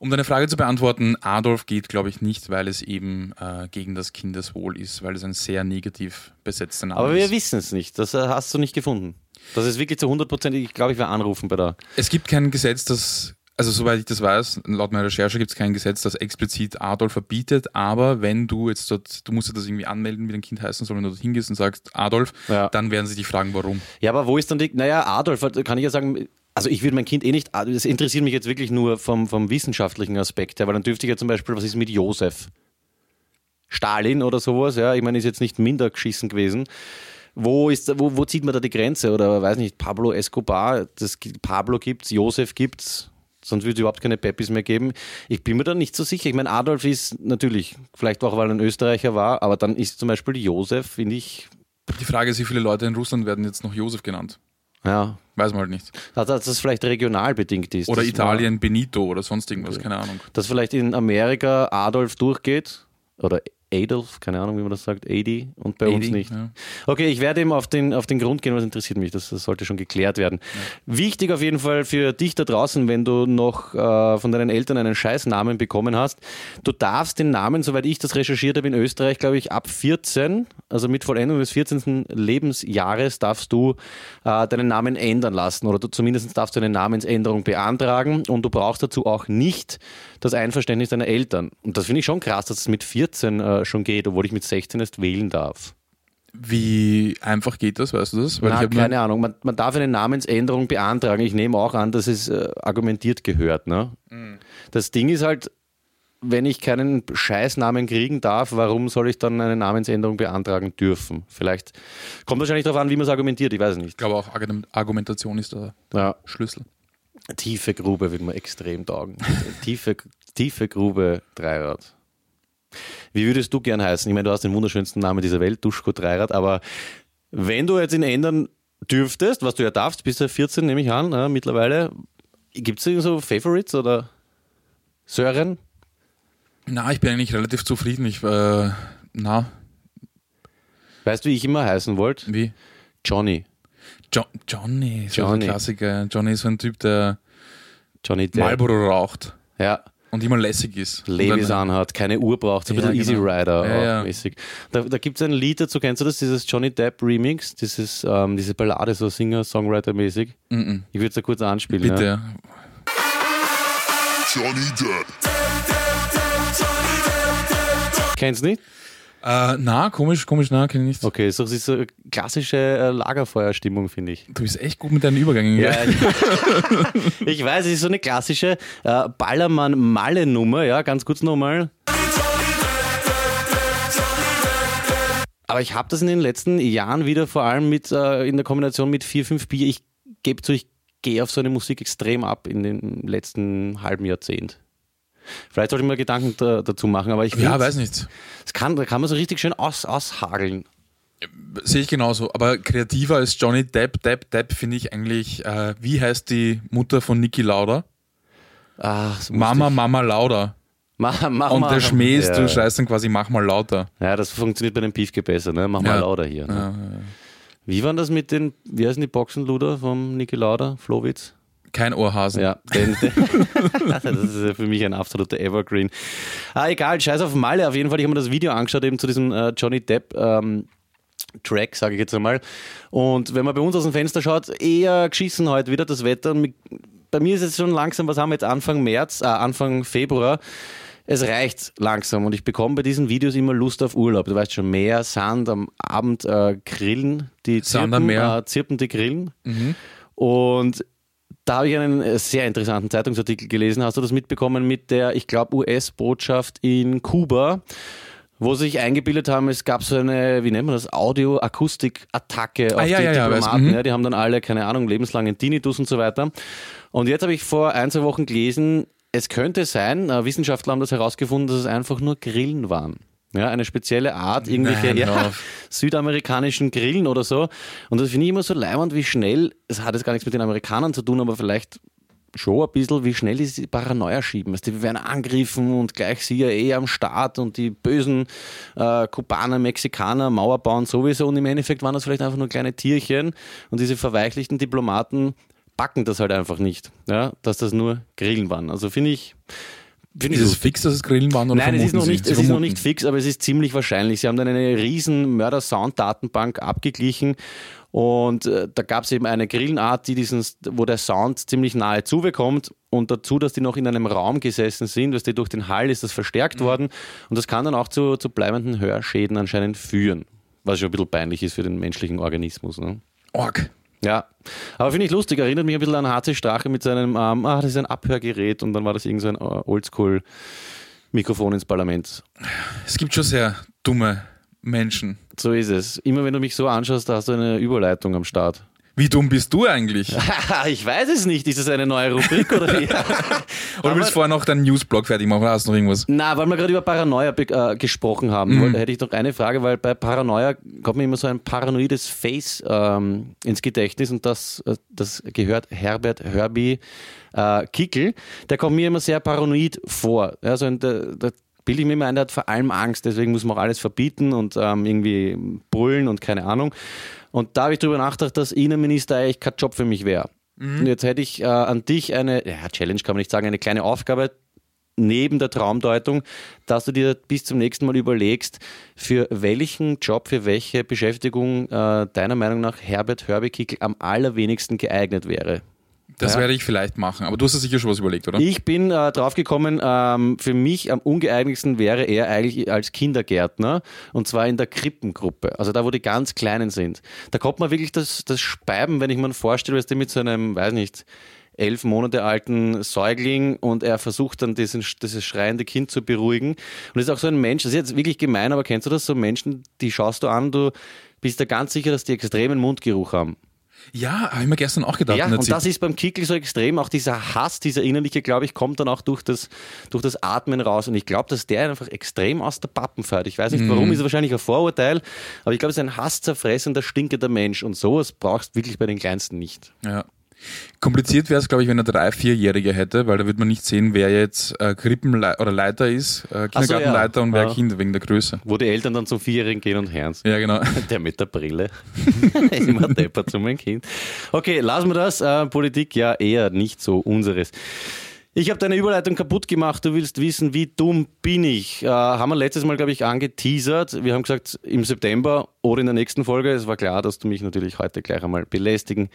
[SPEAKER 4] Um deine Frage zu beantworten, Adolf geht, glaube ich, nicht, weil es eben äh, gegen das Kindeswohl ist, weil es ein sehr negativ besetzter Name
[SPEAKER 3] Aber wir
[SPEAKER 4] ist.
[SPEAKER 3] wissen es nicht. Das äh, hast du nicht gefunden. Das ist wirklich zu 100%. Ich glaube, ich werde anrufen bei der.
[SPEAKER 4] Es gibt kein Gesetz, das, also soweit ich das weiß, laut meiner Recherche gibt es kein Gesetz, das explizit Adolf verbietet, aber wenn du jetzt dort, du musst ja das irgendwie anmelden, wie dein Kind heißen soll, wenn du dort hingehst und sagst Adolf,
[SPEAKER 3] Ja.
[SPEAKER 4] dann werden sie dich fragen, warum.
[SPEAKER 3] Ja, aber wo ist dann die. Naja, Adolf, kann ich ja sagen. Also ich würde mein Kind eh nicht, das interessiert mich jetzt wirklich nur vom, vom wissenschaftlichen Aspekt her, weil dann dürfte ich ja zum Beispiel, was ist mit Josef? Stalin oder sowas, ja, ich meine, ist jetzt nicht minder geschissen gewesen. Wo, ist, wo, wo zieht man da die Grenze? Oder weiß nicht, Pablo Escobar, das, gi- Pablo gibt's, Josef gibt's, sonst würde es überhaupt keine Peppis mehr geben. Ich bin mir da nicht so sicher. Ich meine, Adolf ist natürlich, vielleicht auch, weil er ein Österreicher war, aber dann ist zum Beispiel Josef, finde ich,
[SPEAKER 4] Die Frage ist, wie viele Leute in Russland werden jetzt noch Josef genannt?
[SPEAKER 3] ja,
[SPEAKER 4] Weiß man halt nicht.
[SPEAKER 3] Also, dass dass das vielleicht regional bedingt ist.
[SPEAKER 4] Oder
[SPEAKER 3] dass
[SPEAKER 4] Italien, Benito oder sonst irgendwas, keine Ahnung.
[SPEAKER 3] Man, dass vielleicht in Amerika Adolf durchgeht oder Adolf, keine Ahnung, wie man das sagt, 80 und bei uns
[SPEAKER 4] Edi,
[SPEAKER 3] nicht.
[SPEAKER 4] ja.
[SPEAKER 3] Okay, ich werde eben auf den, auf den Grund gehen, was interessiert mich. Das, das sollte schon geklärt werden. Wichtig auf jeden Fall für dich da draußen, wenn du noch äh, von deinen Eltern einen Scheißnamen bekommen hast. Du darfst den Namen, soweit ich das recherchiert habe, in Österreich, glaube ich, ab 14, also mit Vollendung des 14. Lebensjahres, darfst du äh, deinen Namen ändern lassen oder du, zumindest darfst du eine Namensänderung beantragen und du brauchst dazu auch nicht das Einverständnis deiner Eltern. Und das finde ich schon krass, dass es mit 14 äh, schon geht, obwohl ich mit 16 erst wählen darf.
[SPEAKER 4] Wie einfach geht das, weißt du das?
[SPEAKER 3] Na,
[SPEAKER 4] hab mir-
[SPEAKER 3] keine Ahnung, man, man darf eine Namensänderung beantragen. Ich nehme auch an, dass es äh, argumentiert gehört. Ne? Das Ding ist halt, wenn ich keinen Scheißnamen kriegen darf, warum soll ich dann eine Namensänderung beantragen dürfen? Vielleicht kommt wahrscheinlich darauf an, wie man es argumentiert, ich weiß
[SPEAKER 4] ich
[SPEAKER 3] nicht.
[SPEAKER 4] glaube auch Argument- Argumentation ist der
[SPEAKER 3] Ja,
[SPEAKER 4] Schlüssel.
[SPEAKER 3] tiefe Grube wird mir extrem taugen. tiefe, tiefe Grube Dreirad. Wie würdest du gern heißen? Ich meine, du hast den wunderschönsten Namen dieser Welt, Duschko Dreirad, aber wenn du jetzt ihn ändern dürftest, was du ja darfst, bist ja 14, nehme ich an, äh, mittlerweile, gibt es irgend so Favorites oder Sören?
[SPEAKER 4] Na, ich bin eigentlich relativ zufrieden. Ich, äh, na,
[SPEAKER 3] Weißt du, wie ich immer heißen wollte?
[SPEAKER 4] wie?
[SPEAKER 3] Johnny.
[SPEAKER 4] Jo Johnny ist Johnny.
[SPEAKER 3] Johnny.
[SPEAKER 4] ein Klassiker. Johnny ist so ein Typ, der
[SPEAKER 3] Johnny Depp.
[SPEAKER 4] Marlboro raucht
[SPEAKER 3] Ja,
[SPEAKER 4] und immer lässig ist.
[SPEAKER 3] Levis
[SPEAKER 4] Und dann-
[SPEAKER 3] anhat, keine Uhr braucht, so ein
[SPEAKER 4] Ja,
[SPEAKER 3] bisschen Easy
[SPEAKER 4] genau.
[SPEAKER 3] Rider
[SPEAKER 4] Ja, ja.
[SPEAKER 3] auch mäßig. Da, da gibt es ein Lied dazu, kennst du das? Dieses Johnny Depp Remix, dieses, ähm, diese Ballade, so Singer-Songwriter-mäßig.
[SPEAKER 4] Mhm.
[SPEAKER 3] Ich würde es da kurz anspielen.
[SPEAKER 4] Bitte.
[SPEAKER 3] Ja.
[SPEAKER 1] Johnny Depp.
[SPEAKER 3] Kennst nicht?
[SPEAKER 4] Äh, na, komisch, komisch, na, kenn ich nicht.
[SPEAKER 3] Okay, so, das ist so klassische äh, Lagerfeuerstimmung, finde ich.
[SPEAKER 4] Du bist echt gut mit deinen Übergängen. gell?
[SPEAKER 3] Ja, ich- ich weiß, es ist so eine klassische äh, Ballermann-Malle-Nummer, ja, ganz kurz nochmal. Aber ich habe das in den letzten Jahren wieder vor allem mit, äh, in der Kombination mit 4-5 Bier, ich gebe zu, ich gehe auf so eine Musik extrem ab in dem letzten halben Jahrzehnt. Vielleicht sollte ich mir Gedanken da, dazu machen, aber ich
[SPEAKER 4] ja,
[SPEAKER 3] find's-
[SPEAKER 4] weiß nicht.
[SPEAKER 3] es kann, da kann man so richtig schön aus, aushageln.
[SPEAKER 4] Sehe ich genauso. Aber kreativer als Johnny Depp, Depp, Depp finde ich eigentlich, äh, wie heißt die Mutter von Niki Lauda?
[SPEAKER 3] Ach, so
[SPEAKER 4] Mama,
[SPEAKER 3] lustig.
[SPEAKER 4] Mama Lauda.
[SPEAKER 3] Ma, Mama.
[SPEAKER 4] Und der Schmäh ist,
[SPEAKER 3] Ja.
[SPEAKER 4] du schreist dann quasi, mach mal lauter.
[SPEAKER 3] Ja, das funktioniert bei dem Piefke besser, ne? Mach mal
[SPEAKER 4] Ja.
[SPEAKER 3] lauter hier. Ne?
[SPEAKER 4] Ja, ja, ja.
[SPEAKER 3] Wie waren das mit den, wie heißen die Boxenluder vom Niki Lauda, Flowitz?
[SPEAKER 4] Kein Ohrhasen.
[SPEAKER 3] Ja, den, den, [laughs] das ist ja für mich ein absoluter Evergreen. Ah, egal, scheiß auf Malle. Auf jeden Fall, ich habe mir das Video angeschaut, eben zu diesem äh, Johnny Depp. Ähm, Track, sage ich jetzt einmal. Und wenn man bei uns aus dem Fenster schaut, eher geschissen heute wieder das Wetter. Und mit- Bei mir ist jetzt schon langsam, was haben wir jetzt Anfang März, äh, Anfang Februar. Es reicht langsam und ich bekomme bei diesen Videos immer Lust auf Urlaub. Du weißt schon, Meer, Sand, am Abend äh, grillen, die
[SPEAKER 4] Sand am
[SPEAKER 3] zirpen,
[SPEAKER 4] Meer. Mhm.
[SPEAKER 3] äh, zirpen die Grillen. Und da habe ich einen äh, sehr interessanten Zeitungsartikel gelesen. Hast du das mitbekommen mit der, ich glaube, US-Botschaft in Kuba, wo sie sich eingebildet haben, es gab so eine, wie nennt man das, Audio-Akustik-Attacke auf
[SPEAKER 4] Ah, ja,
[SPEAKER 3] die
[SPEAKER 4] ja, ja, weiß,
[SPEAKER 3] Diplomaten.
[SPEAKER 4] mhm.
[SPEAKER 3] ja, die haben dann alle, keine Ahnung, lebenslangen Tinnitus und so weiter. Und jetzt habe ich vor ein, zwei Wochen gelesen, es könnte sein, äh, Wissenschaftler haben das herausgefunden, dass es einfach nur Grillen waren. Ja, eine spezielle Art, irgendwelche
[SPEAKER 4] Nein, hör
[SPEAKER 3] ja,
[SPEAKER 4] auf.
[SPEAKER 3] [laughs] südamerikanischen Grillen oder so. Und das finde ich immer so leimend, wie schnell, es hat jetzt gar nichts mit den Amerikanern zu tun, aber vielleicht schon ein bisschen, wie schnell die sich die Paranoia schieben. Weißt du, wir werden angegriffen und gleich CIA am Start und die bösen äh, Kubaner, Mexikaner, Mauer bauen sowieso. Und im Endeffekt waren das vielleicht einfach nur kleine Tierchen und diese verweichlichten Diplomaten packen das halt einfach nicht, ja? dass das nur Grillen waren. Also finde ich, finde ich
[SPEAKER 4] Ist es
[SPEAKER 3] lustig.
[SPEAKER 4] fix, dass es Grillen waren oder
[SPEAKER 3] Nein, es ist,
[SPEAKER 4] vermuten
[SPEAKER 3] noch
[SPEAKER 4] Sie?
[SPEAKER 3] nicht,
[SPEAKER 4] Sie
[SPEAKER 3] es ist noch
[SPEAKER 4] vermuten.
[SPEAKER 3] nicht fix, aber es ist ziemlich wahrscheinlich. Sie haben dann eine riesen Mörder-Sound-Datenbank abgeglichen und äh, da gab es eben eine Grillenart, die diesen, wo der Sound ziemlich nahe zubekommt und dazu, dass die noch in einem Raum gesessen sind, dass die durch den Hall ist das
[SPEAKER 4] Mhm.
[SPEAKER 3] verstärkt worden und das kann dann auch zu, zu bleibenden Hörschäden anscheinend führen, was schon ein bisschen peinlich ist für den menschlichen Organismus. Ne?
[SPEAKER 4] Org.
[SPEAKER 3] Ja, aber finde ich lustig. Erinnert mich ein bisschen an HC Strache mit seinem, ähm, ah, das ist ein Abhörgerät und dann war das irgend so ein äh, Oldschool-Mikrofon ins Parlament.
[SPEAKER 4] Es gibt schon sehr dumme Menschen.
[SPEAKER 3] So ist es. Immer wenn du mich so anschaust, da hast du eine Überleitung am Start.
[SPEAKER 4] Wie dumm bist du eigentlich?
[SPEAKER 3] [laughs] ich weiß es nicht. Ist das eine neue Rubrik [laughs] oder wie?
[SPEAKER 4] Oder willst du vorher noch deinen Newsblog fertig machen oder hast du noch irgendwas?
[SPEAKER 3] Na, weil wir gerade über Paranoia be- äh, gesprochen haben, wollte- hätte ich noch eine Frage, weil bei Paranoia kommt mir immer so ein paranoides Face ähm, ins Gedächtnis und das, äh, das gehört Herbert Herbie äh, Kickel. Der kommt mir immer sehr paranoid vor. Also ein, der, der bilde ich mir immer ein, der hat vor allem Angst, deswegen muss man auch alles verbieten und ähm, irgendwie brüllen und keine Ahnung. Und da habe ich drüber nachgedacht, dass Innenminister eigentlich kein Job für mich wäre. Und jetzt hätte ich äh, an dich eine, ja, Challenge kann man nicht sagen, eine kleine Aufgabe neben der Traumdeutung, dass du dir bis zum nächsten Mal überlegst, für welchen Job, für welche Beschäftigung äh, deiner Meinung nach Herbert Hörbekickel am allerwenigsten geeignet wäre.
[SPEAKER 4] Das werde ich vielleicht machen. Aber du hast dir sicher schon was überlegt, oder?
[SPEAKER 3] Ich bin äh, draufgekommen, ähm, für mich am ungeeignetsten wäre er eigentlich als Kindergärtner und zwar in der Krippengruppe, also da, wo die ganz Kleinen sind. Da kommt man wirklich das, das Speiben, wenn ich mir vorstelle, was der mit so einem, weiß nicht, elf Monate alten Säugling und er versucht dann diesen, dieses schreiende Kind zu beruhigen. Und ist auch so ein Mensch, das ist jetzt wirklich gemein, aber kennst du das? So Menschen, die schaust du an, du bist da ganz sicher, dass die extremen Mundgeruch haben.
[SPEAKER 4] Ja, habe ich mir gestern auch gedacht.
[SPEAKER 3] Ja,
[SPEAKER 4] in der
[SPEAKER 3] und
[SPEAKER 4] Zeit.
[SPEAKER 3] das ist beim Kickel so extrem. Auch dieser Hass, dieser innerliche, glaube ich, kommt dann auch durch das, durch das Atmen raus. Und ich glaube, dass der einfach extrem aus der Pappen fährt. Ich weiß nicht warum, ist wahrscheinlich ein Vorurteil, aber ich glaube, es ist ein hasszerfressender, stinkender Mensch. Und sowas brauchst du wirklich bei den Kleinsten nicht.
[SPEAKER 4] Ja. Kompliziert wäre es, glaube ich, wenn er drei, vierjährige hätte, weil da würde man nicht sehen, wer jetzt äh, Krippenleiter oder Leiter ist, äh,
[SPEAKER 3] ja.
[SPEAKER 4] Kindergartenleiter und wer
[SPEAKER 3] Ja.
[SPEAKER 4] Kind wegen der Größe.
[SPEAKER 3] Wo die Eltern dann zum Vierjährigen gehen und hören
[SPEAKER 4] Ja, genau.
[SPEAKER 3] [laughs]
[SPEAKER 4] [laughs]
[SPEAKER 3] Der mit der Brille. Immer deppert zu meinem Kind. Okay, lassen wir das. Äh, Politik ja eher nicht so unseres. Ich habe deine Überleitung kaputt gemacht. Du willst wissen, wie dumm bin ich? Äh, haben wir letztes Mal, glaube ich, angeteasert. Wir haben gesagt, im September oder in der nächsten Folge. Es war klar, dass du mich natürlich heute gleich einmal belästigen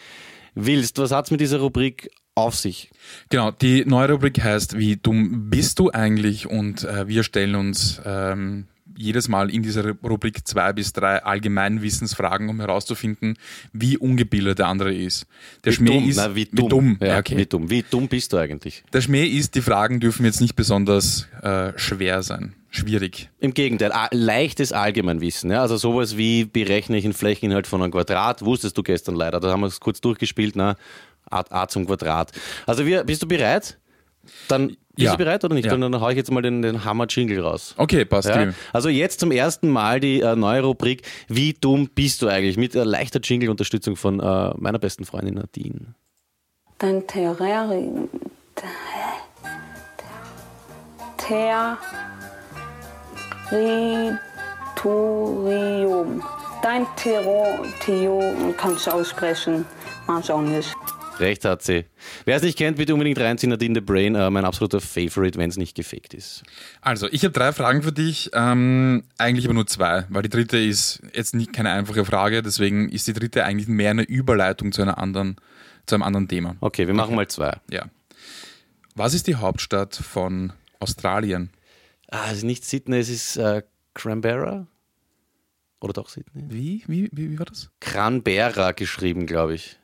[SPEAKER 3] willst. Was hat's mit dieser Rubrik auf sich?
[SPEAKER 4] Genau, die neue Rubrik heißt, wie dumm bist du eigentlich? Und äh, wir stellen uns ähm, jedes Mal in dieser Rubrik zwei bis drei Allgemeinwissensfragen, um herauszufinden, wie ungebildet der andere ist. Der
[SPEAKER 3] Wie
[SPEAKER 4] Schmäh
[SPEAKER 3] dumm?
[SPEAKER 4] ist
[SPEAKER 3] Nein, wie
[SPEAKER 4] Wie
[SPEAKER 3] dumm.
[SPEAKER 4] dumm. Ja,
[SPEAKER 3] Ja,
[SPEAKER 4] okay.
[SPEAKER 3] wie dumm. Wie dumm bist du eigentlich?
[SPEAKER 4] der Schmäh ist, die Fragen dürfen jetzt nicht besonders äh, schwer sein. Schwierig.
[SPEAKER 3] Im Gegenteil, a- leichtes Allgemeinwissen. Ja? Also sowas wie berechne ich einen Flächeninhalt von einem Quadrat, wusstest du gestern leider. Da haben wir es kurz durchgespielt, na, a, a zum Quadrat. Also wir, bist du bereit? Dann bist
[SPEAKER 4] Ja.
[SPEAKER 3] du bereit oder nicht?
[SPEAKER 4] Ja.
[SPEAKER 3] Dann, dann haue ich jetzt mal den, den Hammer-Jingle raus.
[SPEAKER 4] Okay, passt.
[SPEAKER 3] Ja?
[SPEAKER 4] Grimm.
[SPEAKER 3] Also jetzt zum ersten Mal die äh, neue Rubrik Wie dumm bist du eigentlich? Mit äh, leichter Jingle-Unterstützung von äh, meiner besten Freundin Nadine.
[SPEAKER 2] Dein Terrarium. Ter- Territorium. Dein Territorium kannst du aussprechen, manch auch nicht.
[SPEAKER 3] Recht hat sie. Wer es nicht kennt, bitte unbedingt reinziehen. Nadine The Brain, äh, mein absoluter Favorite, wenn es nicht gefaked ist.
[SPEAKER 4] Also, ich habe drei Fragen für dich, ähm, eigentlich aber nur zwei, weil die dritte ist jetzt nicht keine einfache Frage, deswegen ist die dritte eigentlich mehr eine Überleitung zu einer anderen, zu einem anderen Thema.
[SPEAKER 3] Okay, wir machen mal zwei.
[SPEAKER 4] Ja. Was ist die Hauptstadt von Australien?
[SPEAKER 3] Ah, es ist nicht Sydney, es ist äh, Canberra? Oder doch Sydney?
[SPEAKER 4] Wie? Wie, wie, wie war das?
[SPEAKER 3] Canberra geschrieben, glaube ich.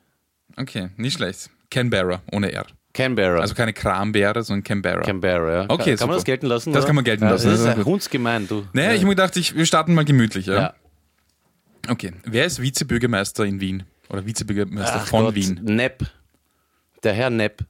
[SPEAKER 4] Okay, nicht schlecht. Canberra, ohne R.
[SPEAKER 3] Canberra.
[SPEAKER 4] Also keine Krambeere, sondern Canberra.
[SPEAKER 3] Canberra, ja.
[SPEAKER 4] Okay,
[SPEAKER 3] kann, kann
[SPEAKER 4] super.
[SPEAKER 3] man das gelten lassen?
[SPEAKER 4] Das
[SPEAKER 3] oder?
[SPEAKER 4] kann man gelten
[SPEAKER 3] Ja,
[SPEAKER 4] lassen,
[SPEAKER 3] Das
[SPEAKER 4] das
[SPEAKER 3] ist
[SPEAKER 4] ist
[SPEAKER 3] ja
[SPEAKER 4] gut.
[SPEAKER 3] hundsgemein, du.
[SPEAKER 4] naja, ich mir gedacht, ich, wir starten mal gemütlich, ja?
[SPEAKER 3] Ja.
[SPEAKER 4] Okay. Wer ist Vizebürgermeister in Wien? Oder Vizebürgermeister
[SPEAKER 3] Ach
[SPEAKER 4] von
[SPEAKER 3] Gott,
[SPEAKER 4] Wien?
[SPEAKER 3] Nepp. Der Herr Nepp.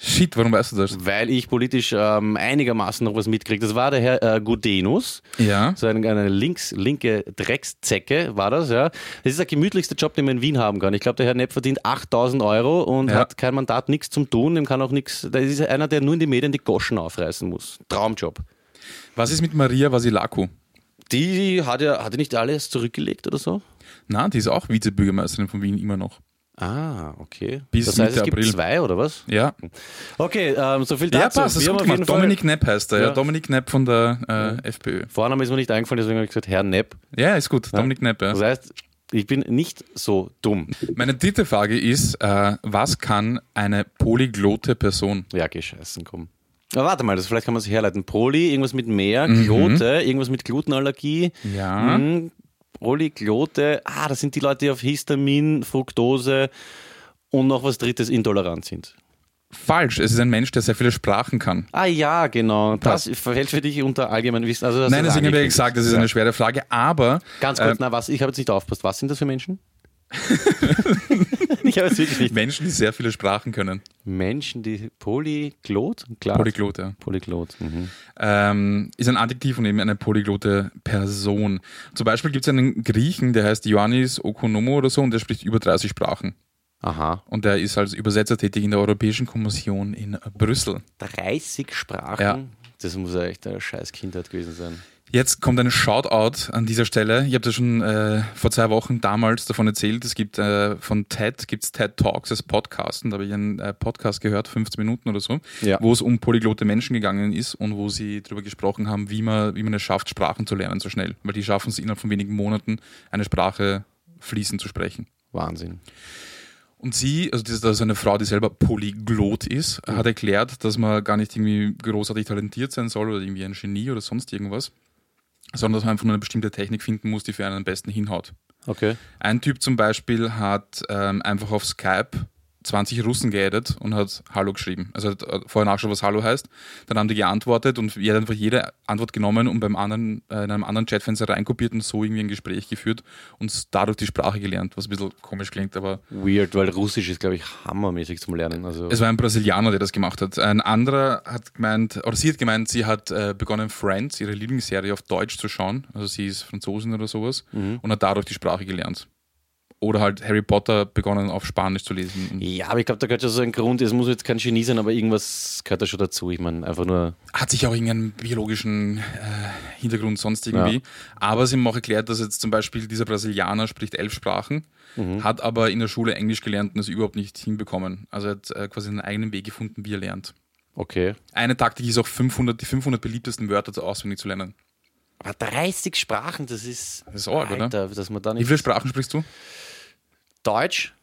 [SPEAKER 4] Shit, warum weißt du das?
[SPEAKER 3] Weil ich politisch ähm, einigermaßen noch was mitkriege. Das war der Herr äh, Gudenus.
[SPEAKER 4] Ja.
[SPEAKER 3] So eine, eine links, linke Dreckszecke war das, ja. Das ist der gemütlichste Job, den man in Wien haben kann. Ich glaube, der Herr Nepp verdient 8000 Euro und
[SPEAKER 4] Ja.
[SPEAKER 3] hat kein Mandat, nichts zum Tun, dem kann auch nichts. Das ist einer, der nur in die Medien die Goschen aufreißen muss. Traumjob.
[SPEAKER 4] Was ist mit Maria Vasilaku?
[SPEAKER 3] Die hat ja, hat die nicht alles zurückgelegt oder so?
[SPEAKER 4] Na, die ist auch Vizebürgermeisterin von Wien immer noch.
[SPEAKER 3] Ah, okay.
[SPEAKER 4] Bis
[SPEAKER 3] das heißt,
[SPEAKER 4] Mitte
[SPEAKER 3] es gibt
[SPEAKER 4] April.
[SPEAKER 3] zwei oder was?
[SPEAKER 4] Ja,
[SPEAKER 3] Okay, ähm, so viel
[SPEAKER 4] ja
[SPEAKER 3] dazu.
[SPEAKER 4] passt, das ist
[SPEAKER 3] Wir haben
[SPEAKER 4] gut
[SPEAKER 3] auf jeden
[SPEAKER 4] gemacht.
[SPEAKER 3] Fall-
[SPEAKER 4] Dominik Knepp heißt er, ja.
[SPEAKER 3] Ja.
[SPEAKER 4] Dominik Knepp von der äh, FPÖ.
[SPEAKER 3] Vorname ist mir nicht eingefallen, deswegen habe ich gesagt, Herr Nepp.
[SPEAKER 4] Ja, ist gut, Dominik Knepp. Ja.
[SPEAKER 3] Das heißt, ich bin nicht so dumm.
[SPEAKER 4] Meine dritte Frage ist, äh, was kann eine polyglotte Person?
[SPEAKER 3] Ja, gescheißen, komm. Aber warte mal, das, vielleicht kann man sich herleiten. Poli, irgendwas mit Meer, Glote, irgendwas mit Glutenallergie.
[SPEAKER 4] Mhm. Ja.
[SPEAKER 3] Mhm. Poli, Glote, ah, das sind die Leute, die auf Histamin, Fructose und noch was Drittes intolerant sind.
[SPEAKER 4] Falsch, es ist ein Mensch, der sehr viele Sprachen kann.
[SPEAKER 3] Ah ja, genau. Das fällt für dich unter Allgemeinwissen. Also, das
[SPEAKER 4] Nein,
[SPEAKER 3] ist
[SPEAKER 4] deswegen habe ich
[SPEAKER 3] angekündigt.
[SPEAKER 4] gesagt, das ist eine schwere Frage, aber
[SPEAKER 3] Ganz
[SPEAKER 4] äh,
[SPEAKER 3] kurz, na was, ich habe jetzt nicht aufgepasst. Was sind das für
[SPEAKER 4] [laughs]
[SPEAKER 3] Menschen? ich habe jetzt wirklich nicht.
[SPEAKER 4] Menschen, äh, die sehr viele Sprachen können.
[SPEAKER 3] Menschen, die Polyglot? Klar.
[SPEAKER 4] Polyglot, ja.
[SPEAKER 3] Polyglot. Mhm.
[SPEAKER 4] ähm, ist ein Adjektiv und eben eine polyglotte Person. Zum Beispiel gibt es einen Griechen, der heißt Ioannis Okonomo oder so und der spricht über 30 Sprachen.
[SPEAKER 3] Aha.
[SPEAKER 4] Und der ist als Übersetzer tätig in der Europäischen Kommission in Brüssel.
[SPEAKER 3] 30 Sprachen.
[SPEAKER 4] Ja.
[SPEAKER 3] Das muss ja echt eine scheiß Kindheit gewesen sein.
[SPEAKER 4] Jetzt kommt ein Shoutout an dieser Stelle. Ich habe das schon äh, vor zwei Wochen damals davon erzählt. Es gibt äh, von TED, gibt's TED Talks als Podcast. Und da habe ich einen äh, Podcast gehört, 15 Minuten oder so,
[SPEAKER 3] Ja.
[SPEAKER 4] wo es um polyglotte Menschen gegangen ist und wo sie darüber gesprochen haben, wie man, wie man es schafft, Sprachen zu lernen so schnell. Weil die schaffen es innerhalb von wenigen Monaten, eine Sprache fließend zu sprechen.
[SPEAKER 3] Wahnsinn.
[SPEAKER 4] Und sie, also das ist also eine Frau, die selber Polyglot ist, hat erklärt, dass man gar nicht irgendwie großartig talentiert sein soll oder irgendwie ein Genie oder sonst irgendwas, sondern dass man einfach nur eine bestimmte Technik finden muss, die für einen am besten hinhaut.
[SPEAKER 3] Okay.
[SPEAKER 4] Ein Typ zum Beispiel hat ähm, einfach auf Skype 20 Russen geaddet und hat Hallo geschrieben. Also hat äh, vorher nachgeschaut, was Hallo heißt. Dann haben die geantwortet und er hat einfach jede Antwort genommen und beim anderen, äh, in einem anderen Chatfenster reinkopiert und so irgendwie ein Gespräch geführt und dadurch die Sprache gelernt, was ein bisschen komisch klingt, aber
[SPEAKER 3] Weird, weil Russisch ist, glaube ich, hammermäßig zum Lernen. Also,
[SPEAKER 4] es war ein Brasilianer, der das gemacht hat. Ein anderer hat gemeint, oder sie hat gemeint, sie hat äh, begonnen, Friends, ihre Lieblingsserie, auf Deutsch zu schauen. Also sie ist Franzosin oder sowas und hat dadurch die Sprache gelernt. Oder halt Harry Potter begonnen, auf Spanisch zu lesen. Und
[SPEAKER 3] ja, aber ich glaube, da gehört schon so ein Grund. Es muss jetzt kein Genie sein, aber irgendwas gehört da schon dazu. Ich meine, einfach nur
[SPEAKER 4] Hat sich auch irgendeinen biologischen äh, Hintergrund sonst irgendwie.
[SPEAKER 3] Ja.
[SPEAKER 4] Aber sie haben auch erklärt, dass jetzt zum Beispiel dieser Brasilianer spricht elf Sprachen, hat aber in der Schule Englisch gelernt und es überhaupt nicht hinbekommen. Also er hat äh, quasi einen eigenen Weg gefunden, wie er lernt.
[SPEAKER 3] okay.
[SPEAKER 4] Eine Taktik ist auch 500, die 500 beliebtesten Wörter zu auswendig zu lernen.
[SPEAKER 3] Aber 30 Sprachen, das ist.
[SPEAKER 4] Das ist arg, oder?
[SPEAKER 3] Alter, dass man da
[SPEAKER 4] Wie
[SPEAKER 3] nicht.
[SPEAKER 4] viele Sprachen sprichst du?
[SPEAKER 3] Deutsch,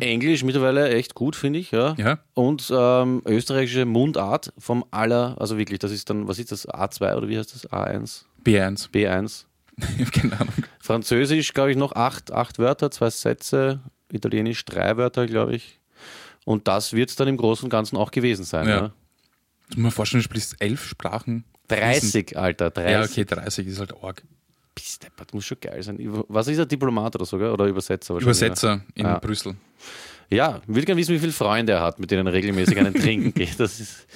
[SPEAKER 3] Englisch mittlerweile echt gut, finde ich, ja.
[SPEAKER 4] Mhm. Ja.
[SPEAKER 3] Und ähm, österreichische Mundart vom aller, also wirklich, das ist dann, was ist das, A2 oder wie heißt das? A1,
[SPEAKER 4] B1.
[SPEAKER 3] B1.
[SPEAKER 4] [laughs] Ich habe keine Ahnung.
[SPEAKER 3] Französisch, glaube ich, noch acht, acht Wörter, zwei Sätze. Italienisch drei Wörter, glaube ich. Und das wird es dann im Großen und Ganzen auch gewesen sein.
[SPEAKER 4] Ja.
[SPEAKER 3] Ah, Ja.
[SPEAKER 4] Du musst mir vorstellen, du sprichst elf Sprachen.
[SPEAKER 3] 30, Alter, 30.
[SPEAKER 4] Ja, okay, 30 ist halt arg.
[SPEAKER 3] Bist du deppert, muss schon geil sein. Über- Was ist er, Diplomat oder sogar? Oder Übersetzer? wahrscheinlich,
[SPEAKER 4] Übersetzer in
[SPEAKER 3] Ja.
[SPEAKER 4] Brüssel.
[SPEAKER 3] Ja, würde gerne wissen, wie viele Freunde er hat, mit denen er regelmäßig einen trinken geht. Das ist.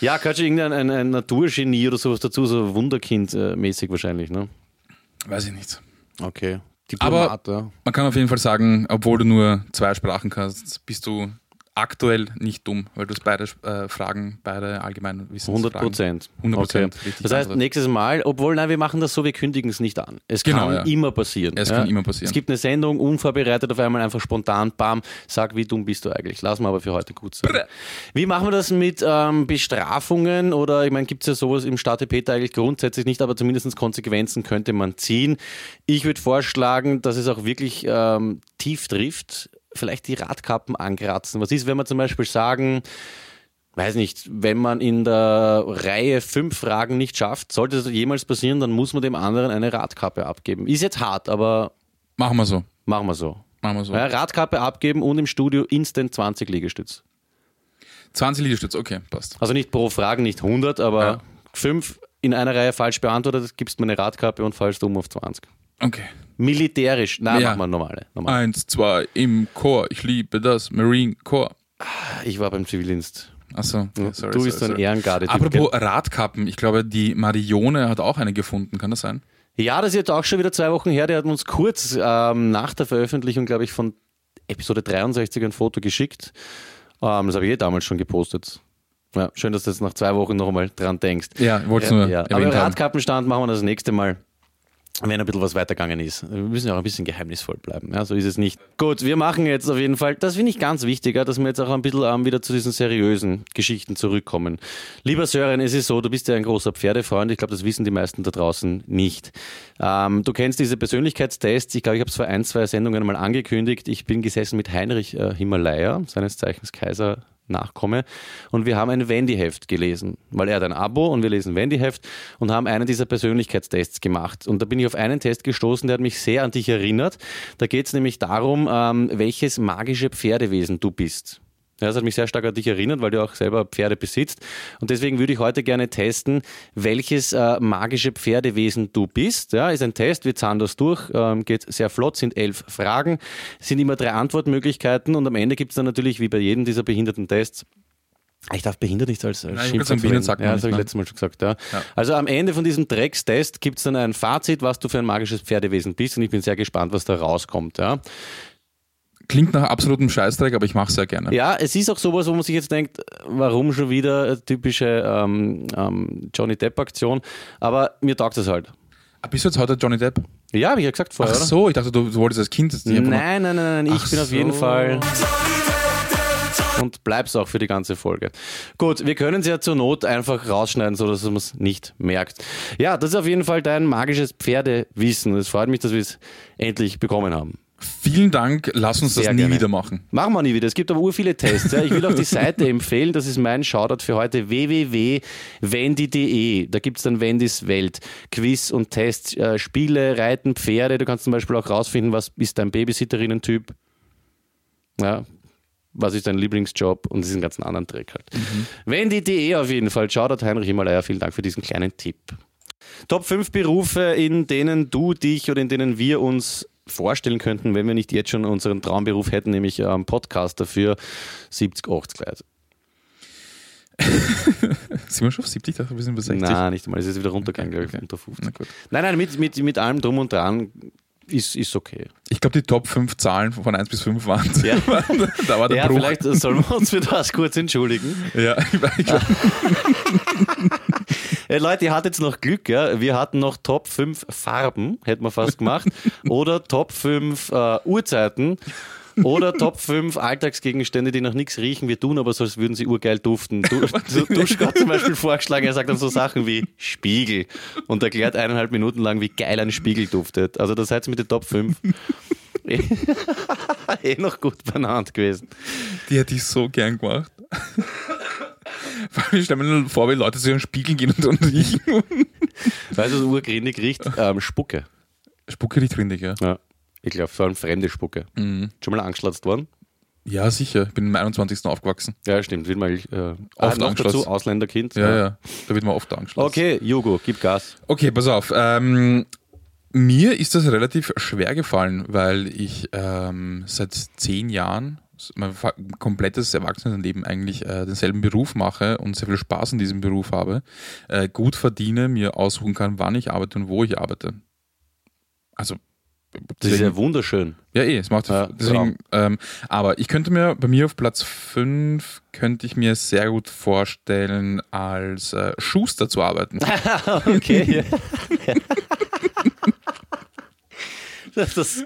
[SPEAKER 3] Ja, gehört schon irgendein ein, ein Naturgenie oder sowas dazu, so Wunderkind-mäßig wahrscheinlich, ne?
[SPEAKER 4] Weiß ich nicht.
[SPEAKER 3] Okay.
[SPEAKER 4] Aber-
[SPEAKER 3] Diplomat, ja.
[SPEAKER 4] Man kann auf jeden Fall sagen, obwohl du nur zwei Sprachen kannst, bist du aktuell nicht dumm, weil du es beide äh, Fragen, beide allgemein wissen.
[SPEAKER 3] 100 Prozent.
[SPEAKER 4] 100 Prozent.
[SPEAKER 3] Okay. Das heißt, nächstes Mal, obwohl, nein, wir machen das so, wir kündigen es nicht an. Es
[SPEAKER 4] Genau,
[SPEAKER 3] kann
[SPEAKER 4] ja.
[SPEAKER 3] immer passieren.
[SPEAKER 4] Es kann immer passieren.
[SPEAKER 3] Es gibt eine Sendung, unvorbereitet, auf einmal einfach spontan, bam, sag, wie dumm bist du eigentlich. Lass mal aber für heute gut sein. Wie machen wir das mit ähm, Bestrafungen oder, ich meine, gibt es ja sowas im Staate Peter eigentlich grundsätzlich nicht, aber zumindest Konsequenzen könnte man ziehen. Ich würde vorschlagen, dass es auch wirklich ähm, tief trifft. Vielleicht die Radkappen ankratzen. Was ist, wenn wir zum Beispiel sagen, weiß nicht, wenn man in der Reihe fünf Fragen nicht schafft, sollte das jemals passieren, dann muss man dem anderen eine Radkappe abgeben. Ist jetzt hart, aber
[SPEAKER 4] Machen wir so.
[SPEAKER 3] machen wir so.
[SPEAKER 4] Machen wir so.
[SPEAKER 3] Ja, Radkappe abgeben und im Studio instant 20 Liegestütz.
[SPEAKER 4] 20 Liegestütze, okay, passt.
[SPEAKER 3] Also nicht pro Frage, nicht 100, aber
[SPEAKER 4] Ja.
[SPEAKER 3] fünf in einer Reihe falsch beantwortet, gibst mir eine Radkappe und fallst um auf 20.
[SPEAKER 4] Okay.
[SPEAKER 3] Militärisch, nein,
[SPEAKER 4] Ja.
[SPEAKER 3] machen wir normale. normale.
[SPEAKER 4] Eins, zwei, im Chor. Ich liebe das. Marine Corps. Ah.
[SPEAKER 3] Ich war beim Zivildienst.
[SPEAKER 4] Achso, sorry.
[SPEAKER 3] du
[SPEAKER 4] sorry,
[SPEAKER 3] bist so ein
[SPEAKER 4] sorry.
[SPEAKER 3] Ehrengarde-Typ,
[SPEAKER 4] Apropos Radkappen, ich glaube, die Marione hat auch eine gefunden, kann das sein?
[SPEAKER 3] Ja, das ist jetzt auch schon wieder zwei Wochen her. Der hat uns kurz ähm, nach der Veröffentlichung, glaube ich, von Episode 63 ein Foto geschickt. Ähm, das habe ich eh damals schon gepostet. Ja, schön, dass du jetzt nach zwei Wochen noch einmal dran denkst.
[SPEAKER 4] Ja, ich wollte es nur
[SPEAKER 3] Ja, aber im
[SPEAKER 4] erwähnt haben.
[SPEAKER 3] Radkappenstand machen wir das nächste Mal, wenn ein bisschen was weitergegangen ist. Wir müssen ja auch ein bisschen geheimnisvoll bleiben. Ja, so ist es nicht. Gut, wir machen jetzt auf jeden Fall, das finde ich ganz wichtig, ja, dass wir jetzt auch ein bisschen ähm, wieder zu diesen seriösen Geschichten zurückkommen. Lieber Sören, es ist so, du bist ja ein großer Pferdefreund. Ich glaube, das wissen die meisten da draußen nicht. Ähm, du kennst diese Persönlichkeitstests. Ich glaube, ich habe es vor ein, zwei Sendungen mal angekündigt. Ich bin gesessen mit Heinrich äh, Himmerleier, seines Zeichens Kaiser Nachkomme. Und wir haben ein Wendy-Heft gelesen, weil er hat ein Abo und wir lesen Wendy-Heft und haben einen dieser Persönlichkeitstests gemacht. Und da bin ich auf einen Test gestoßen, der hat mich sehr an dich erinnert. Da geht es nämlich darum, ähm, welches magische Pferdewesen du bist. Ja, das hat mich sehr stark an dich erinnert, weil du auch selber Pferde besitzt. Und deswegen würde ich heute gerne testen, welches äh, magische Pferdewesen du bist. Ja, ist ein Test, wir zahlen das durch, ähm, geht sehr flott, sind elf Fragen, sind immer drei Antwortmöglichkeiten und am Ende gibt es dann natürlich, wie bei jedem dieser behinderten Tests, Ah, Ich darf behindert nicht als, als
[SPEAKER 4] Nein,
[SPEAKER 3] Schimpfwort
[SPEAKER 4] ich wollte sagen,
[SPEAKER 3] verwenden.
[SPEAKER 4] behindert sagt man
[SPEAKER 3] Ja, das
[SPEAKER 4] nicht,
[SPEAKER 3] habe ich
[SPEAKER 4] ne?
[SPEAKER 3] letztes Mal schon gesagt. Ja.
[SPEAKER 4] Ja.
[SPEAKER 3] Also am Ende von diesem Dreckstest gibt es dann ein Fazit, was du für ein magisches Pferdewesen bist und ich bin sehr gespannt, was da rauskommt. Ja.
[SPEAKER 4] Klingt nach absolutem Scheißdreck, aber ich mache es sehr gerne.
[SPEAKER 3] Ja, es ist auch sowas, wo man sich jetzt denkt, warum schon wieder eine typische ähm, ähm, Johnny Depp-Aktion. Aber mir taugt das halt.
[SPEAKER 4] Ah, Bist du jetzt heute Johnny Depp?
[SPEAKER 3] Ja, habe ich ja gesagt
[SPEAKER 4] Ach
[SPEAKER 3] vorher, oder?
[SPEAKER 4] so, ich dachte, du, du wolltest als Kind. das nicht einfach
[SPEAKER 3] Nein, nein, nein, nein, ich
[SPEAKER 4] Ach
[SPEAKER 3] bin auf
[SPEAKER 4] so.
[SPEAKER 3] jeden Fall. Und bleib's auch für die ganze Folge. Gut, wir können es ja zur Not einfach rausschneiden, sodass man es nicht merkt. Ja, das ist auf jeden Fall dein magisches Pferdewissen. Es freut mich, dass wir es endlich bekommen haben.
[SPEAKER 4] noch- Vielen Dank, lass uns das
[SPEAKER 3] Sehr
[SPEAKER 4] nie
[SPEAKER 3] gerne.
[SPEAKER 4] wieder machen.
[SPEAKER 3] Machen wir nie wieder. Es gibt aber ur viele Tests. Ja. Ich will auch die Seite [laughs] empfehlen. Das ist mein Shoutout für heute. www.wendy.de. E. Da gibt es dann Wendys Welt. Quiz und Tests, äh, Spiele, Reiten, Pferde. Du kannst zum Beispiel auch rausfinden, was ist dein Babysitterinnen-Typ. Ja. Was ist dein Lieblingsjob und diesen ganzen anderen Dreck halt. Wendy.de E auf jeden Fall. Shoutout Heinrich Himalaya. Vielen Dank für diesen kleinen Tipp. Top 5 Berufe, in denen du dich oder in denen wir uns vorstellen könnten, wenn wir nicht jetzt schon unseren Traumberuf hätten, nämlich ähm, Podcaster für 70, 80 Leute.
[SPEAKER 4] Sind wir schon auf 70? Ich dachte, wir sind über 60.
[SPEAKER 3] Nein, nicht einmal. Es ist wieder runtergegangen, glaube ich,
[SPEAKER 4] Okay.
[SPEAKER 3] unter 50.
[SPEAKER 4] Na gut.
[SPEAKER 3] Nein, nein, mit, mit, mit allem drum und dran ist, ist okay.
[SPEAKER 4] Ich glaube, die Top 5 Zahlen von 1 bis 5 waren.
[SPEAKER 3] Ja.
[SPEAKER 4] [laughs] da war der
[SPEAKER 3] Ja,
[SPEAKER 4] Bruch.
[SPEAKER 3] vielleicht sollen wir uns für das kurz entschuldigen.
[SPEAKER 4] Ja, ich weiß, ich glaub,
[SPEAKER 3] Äh, Leute, ihr hattet jetzt noch Glück, ja. Wir hatten noch Top 5 Farben, hätten wir fast gemacht. oder Top 5 äh, Uhrzeiten. Oder Top 5 Alltagsgegenstände, die nach nichts riechen. Wir tun aber so, als würden sie urgeil duften. Du, du, Duschko hat zum Beispiel vorgeschlagen, er sagt dann so Sachen wie Spiegel und erklärt eineinhalb Minuten lang, wie geil ein Spiegel duftet. Also da seid ihr mit den Top 5 [laughs] eh noch gut benannt gewesen.
[SPEAKER 4] die hätte ich so gern gemacht. [laughs] Vor allem, ich stelle mir nur vor, wie Leute zu ihren Spiegel gehen und, und riechen.
[SPEAKER 3] Weißt du, was urgründig riecht? Ähm, Spucke.
[SPEAKER 4] Spucke riecht rindig, ja.
[SPEAKER 3] Ja. Ich glaube, vor allem fremde Spucke. Schon mal angeschlatzt worden?
[SPEAKER 4] Ja, sicher. Ich bin am 21. aufgewachsen.
[SPEAKER 3] Ja, stimmt. Will mal äh,
[SPEAKER 4] Oft
[SPEAKER 3] noch
[SPEAKER 4] angeschlossen.
[SPEAKER 3] dazu Ausländerkind.
[SPEAKER 4] Ja, ja. Da wird man oft angeschlossen.
[SPEAKER 3] Okay, Jugo, gib Gas.
[SPEAKER 4] Okay, pass auf. Ähm, mir ist das relativ schwer gefallen, weil ich ähm, seit zehn Jahren mein fa- komplettes Erwachsenenleben eigentlich äh, denselben Beruf mache und sehr viel Spaß in diesem Beruf habe, äh, gut verdiene, mir aussuchen kann, wann ich arbeite und wo ich arbeite. Also
[SPEAKER 3] Das ist
[SPEAKER 4] deswegen-
[SPEAKER 3] ja
[SPEAKER 4] [laughs]
[SPEAKER 3] wunderschön.
[SPEAKER 4] ja, eh, es macht
[SPEAKER 3] Ja, genau.
[SPEAKER 4] deswegen, ähm, aber ich könnte mir bei mir auf Platz 5 könnte ich mir sehr gut vorstellen, als äh, Schuster
[SPEAKER 3] [laughs]
[SPEAKER 4] zu arbeiten. Äh,
[SPEAKER 3] Okay. [laughs] das, das,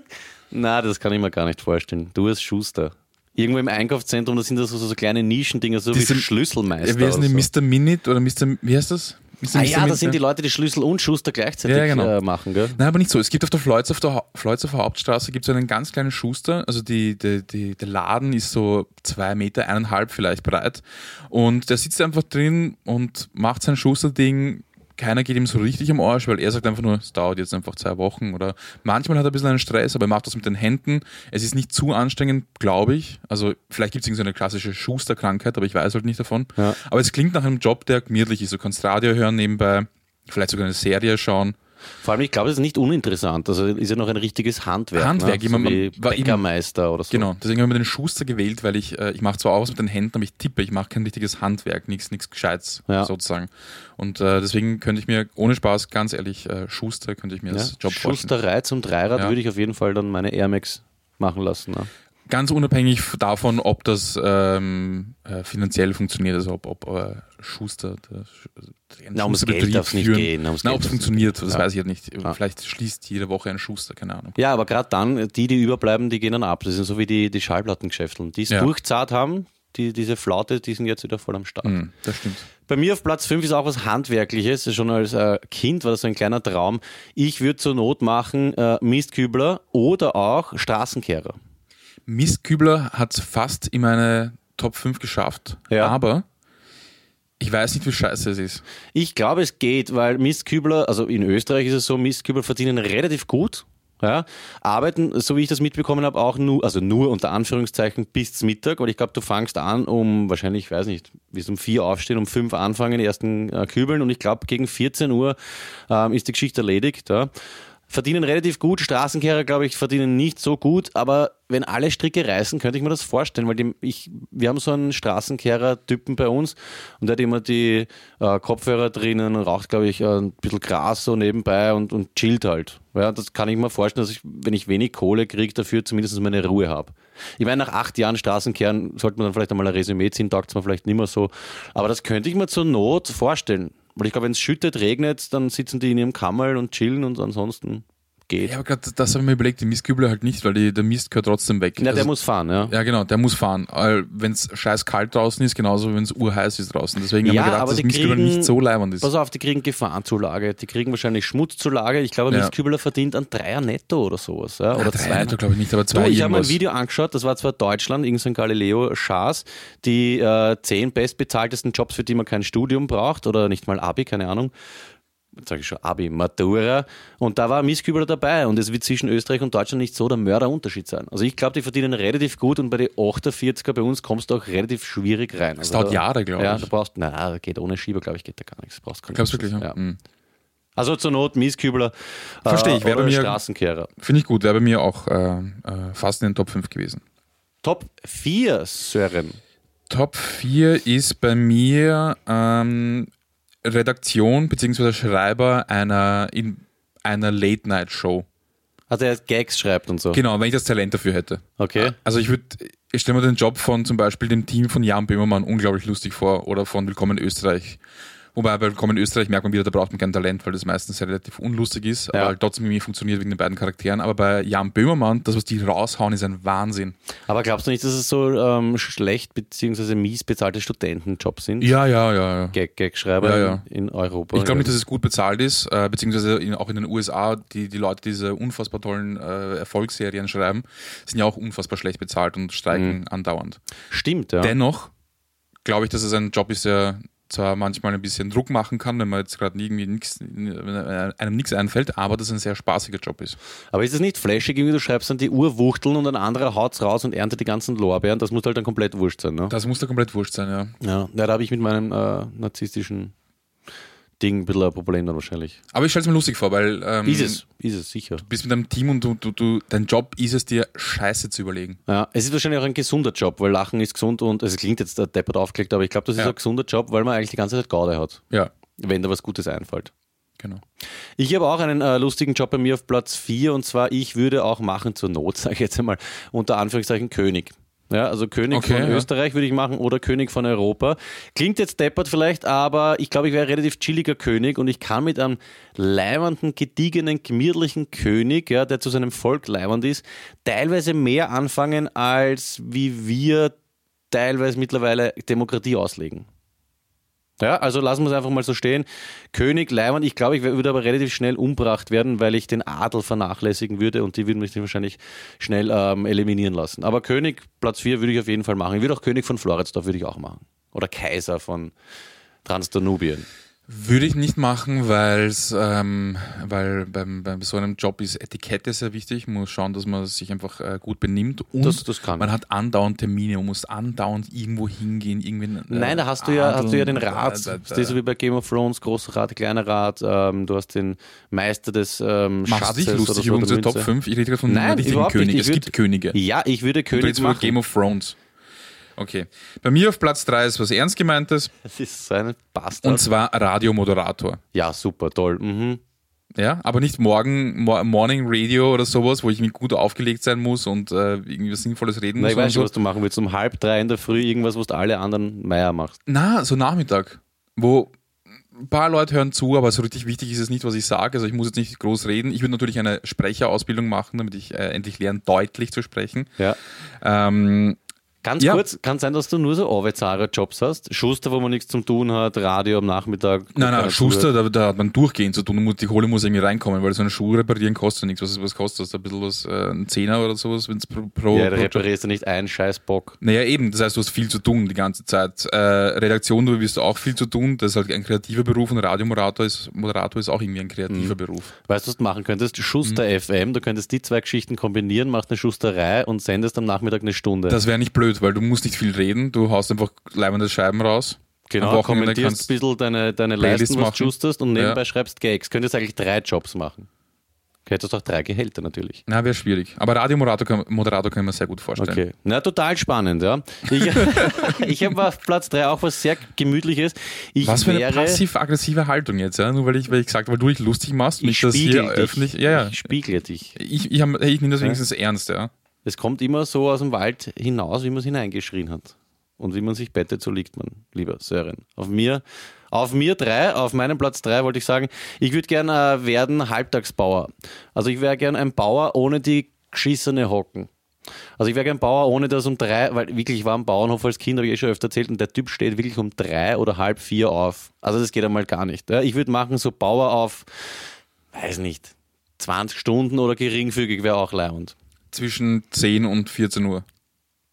[SPEAKER 3] na, das kann ich mir gar nicht vorstellen. Du als Schuster. Irgendwo im Einkaufszentrum, da sind das so, so kleine Nischendinger, so
[SPEAKER 4] Diese-
[SPEAKER 3] wie Schlüsselmeister.
[SPEAKER 4] Ja, wie heißt
[SPEAKER 3] oder
[SPEAKER 4] denn
[SPEAKER 3] so.
[SPEAKER 4] die Mr. Minute oder Mr. Wie heißt das? Mr.
[SPEAKER 3] Ah ja,
[SPEAKER 4] Mr. Minute?
[SPEAKER 3] das sind die Leute, die Schlüssel und Schuster gleichzeitig
[SPEAKER 4] Ja, genau.
[SPEAKER 3] äh, machen, gell?
[SPEAKER 4] Nein, aber nicht so. Es gibt auf der Fleutz auf der Hau- Fleuzer Hauptstraße gibt es einen ganz kleinen Schuster. Also die, die, die, der Laden ist so zwei Meter, eineinhalb vielleicht breit. Und der sitzt einfach drin und macht sein Schusterding. Keiner geht ihm so richtig am Arsch, weil er sagt einfach nur, es dauert jetzt einfach zwei Wochen oder manchmal hat er ein bisschen einen Stress, aber er macht das mit den Händen. Es ist nicht zu anstrengend, glaube ich. Also vielleicht gibt es irgendeine klassische Schusterkrankheit, aber ich weiß halt nicht davon.
[SPEAKER 3] Ja.
[SPEAKER 4] Aber es klingt nach einem Job, der gemütlich ist. Du kannst Radio hören nebenbei, vielleicht sogar eine Serie schauen.
[SPEAKER 3] Vor allem, ich glaube, das ist nicht uninteressant. Also ist ja noch ein richtiges Handwerk.
[SPEAKER 4] Handwerk,
[SPEAKER 3] ne?
[SPEAKER 4] jemand-
[SPEAKER 3] so wie
[SPEAKER 4] war eben-
[SPEAKER 3] Bäckermeister oder so.
[SPEAKER 4] Genau, deswegen habe ich den Schuster gewählt, weil ich, äh, ich mache zwar auch was mit den Händen, aber ich tippe, ich mache kein richtiges Handwerk, nichts nichts Gescheites
[SPEAKER 3] Ja.
[SPEAKER 4] sozusagen. Und äh, deswegen könnte ich mir, ohne Spaß, ganz ehrlich, äh, Schuster könnte ich mir als Job vorstellen.
[SPEAKER 3] Schusterei zum Dreirad
[SPEAKER 4] Ja.
[SPEAKER 3] würde ich auf jeden Fall dann meine Air Max machen lassen. Ne?
[SPEAKER 4] Ganz unabhängig f- davon, ob das ähm, äh, finanziell funktioniert, also ob, ob äh, Schuster, der, Sch- äh, der
[SPEAKER 3] Na, ums Geld
[SPEAKER 4] Schusterbetrieb
[SPEAKER 3] darf's nicht
[SPEAKER 4] führen-
[SPEAKER 3] gehen, ums
[SPEAKER 4] Na,
[SPEAKER 3] Geld
[SPEAKER 4] ob es
[SPEAKER 3] darf's
[SPEAKER 4] funktioniert, das
[SPEAKER 3] Ja.
[SPEAKER 4] weiß ich halt nicht.
[SPEAKER 3] Ja.
[SPEAKER 4] Vielleicht schließt jede Woche ein Schuster, keine Ahnung.
[SPEAKER 3] Ja, aber gerade dann, die, die überbleiben, die gehen dann ab. Das sind so wie die, die Schallplattengeschäfteln. Die es
[SPEAKER 4] Ja.
[SPEAKER 3] durchzart haben, die, diese Flaute, die sind jetzt wieder voll am Start.
[SPEAKER 4] Hm, das stimmt.
[SPEAKER 3] Bei mir auf Platz 5 ist auch was Handwerkliches. Schon als äh, Kind war das so ein kleiner Traum. Ich würde zur Not machen äh, Mistkübler oder auch Straßenkehrer.
[SPEAKER 4] Miss Kübler hat fast in meine Top 5 geschafft,
[SPEAKER 3] Ja.
[SPEAKER 4] aber ich weiß nicht, wie scheiße es ist.
[SPEAKER 3] Ich glaube, es geht, weil Mistkübler, also in Österreich ist es so, Mistkübler verdienen relativ gut. Ja, arbeiten, so wie ich das mitbekommen habe, auch nur, also nur unter Anführungszeichen bis zum Mittag, weil ich glaube, du fangst an um wahrscheinlich, ich weiß nicht, bis um vier aufstehen, um fünf anfangen, die ersten äh, Kübeln und ich glaube, gegen 14 Uhr ähm, ist die Geschichte erledigt. Ja. Verdienen relativ gut, Straßenkehrer, glaube ich, verdienen nicht so gut, aber wenn alle Stricke reißen, könnte ich mir das vorstellen, weil die, ich, wir haben so einen Straßenkehrer-Typen bei uns und der hat immer die äh, Kopfhörer drinnen und raucht, glaube ich, äh, ein bisschen Gras so nebenbei und, und chillt halt. Ja, das kann ich mir vorstellen, dass ich, wenn ich wenig Kohle kriege, dafür zumindest meine Ruhe habe. Ich meine, nach acht Jahren Straßenkehren sollte man dann vielleicht einmal ein Resümee ziehen, taugt es mir vielleicht nicht mehr so. Aber das könnte ich mir zur Not vorstellen. Weil ich glaube, wenn es schüttet, regnet, dann sitzen die in ihrem Kammerl und chillen und ansonsten geht.
[SPEAKER 4] Ja, aber gerade das habe ich mir überlegt, die Mistkübler halt nicht, weil die, der Mist gehört trotzdem weg.
[SPEAKER 3] Na, der
[SPEAKER 4] Also-
[SPEAKER 3] muss fahren, ja.
[SPEAKER 4] ja, genau, der muss fahren. Wenn es scheiß kalt draußen ist, genauso wie wenn es urheiß ist draußen. Deswegen
[SPEAKER 3] Ja,
[SPEAKER 4] haben wir gedacht,
[SPEAKER 3] aber
[SPEAKER 4] dass
[SPEAKER 3] die
[SPEAKER 4] Mistkübler
[SPEAKER 3] kriegen-
[SPEAKER 4] nicht so leibend ist.
[SPEAKER 3] Pass auf, die kriegen Gefahrenzulage, die kriegen wahrscheinlich Schmutzzulage. Ich glaube,
[SPEAKER 4] Ja. Ah,
[SPEAKER 3] Mistkübler verdient an Dreier netto oder sowas. Ja? Oder
[SPEAKER 4] Ja, drei
[SPEAKER 3] zwei.
[SPEAKER 4] Meter, glaube ich nicht, aber
[SPEAKER 3] Du,
[SPEAKER 4] zwei
[SPEAKER 3] ich habe mir ein
[SPEAKER 4] irgendwas.
[SPEAKER 3] Video angeschaut, das war zwar Deutschland, irgendein Galileo Schaas, die äh, zehn bestbezahltesten Jobs, für die man kein Studium braucht oder nicht mal Abi, keine Ahnung. Jetzt sage ich schon Abi, Matura. Und da war Misskübler dabei und es wird zwischen Österreich und Deutschland nicht so der Mörderunterschied sein. Also ich glaube, die verdienen relativ gut und bei den 48er bei uns kommst du auch relativ schwierig rein. Das
[SPEAKER 4] dauert Jahre, glaub
[SPEAKER 3] Ja,
[SPEAKER 4] ich.
[SPEAKER 3] du brauchst, na, geht ohne Schieber, glaube ich, geht da gar nichts. Du brauchst keinen
[SPEAKER 4] Glaubst du
[SPEAKER 3] Luxus.
[SPEAKER 4] wirklich? Ja. Mhm.
[SPEAKER 3] Also zur Not Mieskübler.
[SPEAKER 4] Verstehe ich, wäre
[SPEAKER 3] oder
[SPEAKER 4] bei mir-
[SPEAKER 3] Straßenkehrer.
[SPEAKER 4] Finde ich gut, wäre bei mir auch äh, äh, fast in den Top 5 gewesen.
[SPEAKER 3] Top 4, Sören.
[SPEAKER 4] Top 4 ist bei mir ähm, Redaktion bzw. Schreiber einer, in, einer Late-Night-Show.
[SPEAKER 3] Also er Gags schreibt und so.
[SPEAKER 4] Genau, wenn ich das Talent dafür hätte.
[SPEAKER 3] Okay.
[SPEAKER 4] Also ich würde, ich stelle mir den Job von zum Beispiel dem Team von Jan Böhmermann unglaublich lustig vor oder von Willkommen in Österreich. Wobei bei Willkommen in Österreich merkt man wieder, da braucht man kein Talent, weil das meistens relativ unlustig ist,
[SPEAKER 3] Ja.
[SPEAKER 4] aber halt trotzdem irgendwie funktioniert wegen den beiden Charakteren. Aber bei Jan Böhmermann, das, was die raushauen, ist ein Wahnsinn.
[SPEAKER 3] Aber glaubst du nicht, dass es so ähm, schlecht bzw. mies bezahlte Studentenjobs sind?
[SPEAKER 4] Ja, ja, ja, ja.
[SPEAKER 3] Gag, Gag-Schreiber
[SPEAKER 4] Ja, ja.
[SPEAKER 3] in in Europa.
[SPEAKER 4] Ich glaube nicht, dass es gut bezahlt ist, äh, beziehungsweise in, auch in den USA, die, die Leute die diese unfassbar tollen äh, Erfolgsserien schreiben, sind ja auch unfassbar schlecht bezahlt und streiken
[SPEAKER 3] Mhm.
[SPEAKER 4] andauernd.
[SPEAKER 3] Stimmt, ja.
[SPEAKER 4] Dennoch glaube ich, dass es ein Job ist, der zwar manchmal ein bisschen Druck machen kann, wenn man jetzt gerade irgendwie nix, wenn einem nichts einfällt, aber das ein sehr spaßiger Job ist.
[SPEAKER 3] Aber ist es nicht flashig, irgendwie du schreibst dann die Urwuchteln und ein anderer haut's raus und erntet die ganzen Lorbeeren? Das muss halt dann komplett wurscht sein, ne?
[SPEAKER 4] Das muss da komplett wurscht sein, ja.
[SPEAKER 3] Ja, ja da habe ich mit meinem äh, narzisstischen Ding ein bisschen ein Problem dann wahrscheinlich.
[SPEAKER 4] Aber ich stelle es mir lustig vor, weil ähm,
[SPEAKER 3] Ist es, ist es, sicher.
[SPEAKER 4] du bist mit deinem Team und du, du, du, dein Job ist es dir, Scheiße zu überlegen.
[SPEAKER 3] Ja, es ist wahrscheinlich auch ein gesunder Job, weil Lachen ist gesund und also es klingt jetzt deppert aufgelegt, aber ich glaube, das ist
[SPEAKER 4] Ja.
[SPEAKER 3] ein gesunder Job, weil man eigentlich die ganze Zeit Gaude hat,
[SPEAKER 4] Ja,
[SPEAKER 3] wenn da was Gutes einfällt.
[SPEAKER 4] genau.
[SPEAKER 3] Ich habe auch einen äh, lustigen Job bei mir auf Platz 4 und zwar, ich würde auch machen zur Not, [laughs] sage ich jetzt einmal, unter Anführungszeichen König. Ja, also König
[SPEAKER 4] Okay,
[SPEAKER 3] von
[SPEAKER 4] ja.
[SPEAKER 3] Österreich würde ich machen oder König von Europa. Klingt jetzt deppert vielleicht, aber ich glaube, ich wäre ein relativ chilliger König und ich kann mit einem leibernden, gediegenen, gemütlichen König, ja, der zu seinem Volk leibernd ist, teilweise mehr anfangen, als wie wir teilweise mittlerweile Demokratie auslegen. Ja, also lassen wir es einfach mal so stehen. König Leimann, ich glaube, ich wär- würde aber relativ schnell umgebracht werden, weil ich den Adel vernachlässigen würde und die würden mich dann wahrscheinlich schnell ähm, eliminieren lassen. Aber König, Platz 4 würde ich auf jeden Fall machen. Ich würde auch König von Floridsdorf würde ich auch machen. Oder Kaiser von Transdanubien.
[SPEAKER 4] Würde ich nicht machen, weil's, ähm, weil beim, bei so einem Job ist Etikette sehr wichtig. Man muss schauen, dass man sich einfach äh, gut benimmt. Und
[SPEAKER 3] Das- das kann
[SPEAKER 4] man
[SPEAKER 3] ich.
[SPEAKER 4] hat andauernd Termine, man muss andauernd irgendwo hingehen. Irgendwen, äh,
[SPEAKER 3] Nein, da hast du ja, hast du ja den
[SPEAKER 4] adeln.
[SPEAKER 3] Rat,
[SPEAKER 4] Äh, äh,
[SPEAKER 3] das ist so wie bei Game of Thrones, großer Rat, kleiner Rat, ähm, du hast den Meister des ähm,
[SPEAKER 4] Machst du
[SPEAKER 3] Schatzes
[SPEAKER 4] dich lustig
[SPEAKER 3] oder
[SPEAKER 4] über
[SPEAKER 3] so, der
[SPEAKER 4] unsere Top
[SPEAKER 3] Münze.
[SPEAKER 4] 5? Ich rede gerade von einem
[SPEAKER 3] Nein,
[SPEAKER 4] richtigen
[SPEAKER 3] überhaupt
[SPEAKER 4] König.
[SPEAKER 3] nicht.
[SPEAKER 4] Es
[SPEAKER 3] Ich würd-
[SPEAKER 4] gibt Könige.
[SPEAKER 3] Ja, ich würde
[SPEAKER 4] Du
[SPEAKER 3] König
[SPEAKER 4] redest über
[SPEAKER 3] machen.
[SPEAKER 4] Game of Thrones. Okay. Bei mir auf Platz 3 ist was ernst gemeintes.
[SPEAKER 3] das ist so ein Bastard.
[SPEAKER 4] Und zwar Radiomoderator.
[SPEAKER 3] ja, super, toll. Mhm.
[SPEAKER 4] Ja, aber nicht morgen, Mo Morning Radio oder sowas, wo ich mich gut aufgelegt sein muss und äh, irgendwie was Sinnvolles reden
[SPEAKER 3] Na,
[SPEAKER 4] muss.
[SPEAKER 3] ich weiß schon,
[SPEAKER 4] sondern
[SPEAKER 3] was du machen willst. Um halb drei in der Früh irgendwas, was du alle anderen Meier machst.
[SPEAKER 4] so, na, so Nachmittag, wo ein paar Leute hören zu, aber so richtig wichtig ist es nicht, was ich sage. Also ich muss jetzt nicht groß reden. Ich würde natürlich eine Sprecherausbildung machen, damit ich äh, endlich lerne, deutlich zu sprechen.
[SPEAKER 3] Ja.
[SPEAKER 4] Ähm,
[SPEAKER 3] Ganz
[SPEAKER 4] Ja.
[SPEAKER 3] kurz, kann sein, dass du nur so Orwezare Jobs hast. Schuster, wo man nichts zum tun hat, Radio am Nachmittag.
[SPEAKER 4] nein,
[SPEAKER 3] keine
[SPEAKER 4] nein, Schuster, da, da hat man durchgehend zu tun. Und muss- Die Kohle muss irgendwie reinkommen, weil so eine Schuhe reparieren kostet nichts. Was, ist- was kostet das? Ein bisschen was, äh, ein Zehner oder sowas, wenn es pro, pro,
[SPEAKER 3] Schule. Ja, da
[SPEAKER 4] pro
[SPEAKER 3] reparierst du nicht einen Scheißbock.
[SPEAKER 4] Naja, eben, das heißt, du hast viel zu tun die ganze Zeit. Äh, Redaktion, du wirst auch viel zu tun. Das ist halt ein kreativer Beruf und Radiomoderator ist, Moderator ist auch irgendwie ein
[SPEAKER 3] Mhm.
[SPEAKER 4] kreativer Beruf.
[SPEAKER 3] Weißt du, was du machen könntest?
[SPEAKER 4] Mhm.
[SPEAKER 3] Schuster FM, du könntest die zwei Geschichten kombinieren, machst eine Schusterei und sendest am Nachmittag eine Stunde.
[SPEAKER 4] Das wäre nicht blöd, weil du musst nicht viel reden. Du haust einfach leibende Scheiben raus. Am
[SPEAKER 3] genau,
[SPEAKER 4] Wochenende
[SPEAKER 3] kommentierst ein
[SPEAKER 4] kannst
[SPEAKER 3] bisschen deine, deine
[SPEAKER 4] Playlists
[SPEAKER 3] Leisten, was
[SPEAKER 4] machen.
[SPEAKER 3] du schusterst und nebenbei
[SPEAKER 4] Ja.
[SPEAKER 3] schreibst Gags. Könntest eigentlich drei Jobs machen. Hättest du auch drei Gehälter natürlich.
[SPEAKER 4] Na, wäre schwierig. Aber Radiomoderator kann, Moderator kann ich mir sehr gut vorstellen.
[SPEAKER 3] Okay. Na, total spannend, ja. Ich, [laughs] ich habe auf Platz 3 auch was sehr Gemütliches. Ich
[SPEAKER 4] Was für eine
[SPEAKER 3] wäre,
[SPEAKER 4] passiv-aggressive Haltung jetzt, ja? Nur weil ich, weil ich gesagt weil du dich lustig machst,
[SPEAKER 3] ich
[SPEAKER 4] mich das
[SPEAKER 3] spiegle
[SPEAKER 4] hier
[SPEAKER 3] dich.
[SPEAKER 4] öffentlich. Ja, ja.
[SPEAKER 3] Ich spiegle dich.
[SPEAKER 4] Ich, ich, hab- hey, ich nehme das wenigstens ernst, ja.
[SPEAKER 3] Es kommt immer so aus dem Wald hinaus, wie man es hineingeschrien hat. Und wie man sich bettet, so liegt man, lieber Sören. Auf mir, auf mir drei, auf meinem Platz drei wollte ich sagen, ich würde gerne äh, werden Halbtagsbauer. Also ich wäre gern ein Bauer ohne die geschissene Hocken. Also ich wäre gern Bauer, ohne dass um drei, weil wirklich ich war am Bauernhof als Kind, habe ich eh schon öfter erzählt, und der Typ steht wirklich um drei oder halb vier auf. Also das geht einmal gar nicht. Ja, ich würde machen so Bauer auf, weiß nicht, 20 Stunden oder geringfügig wäre auch leihend.
[SPEAKER 4] Zwischen 10 und 14 Uhr.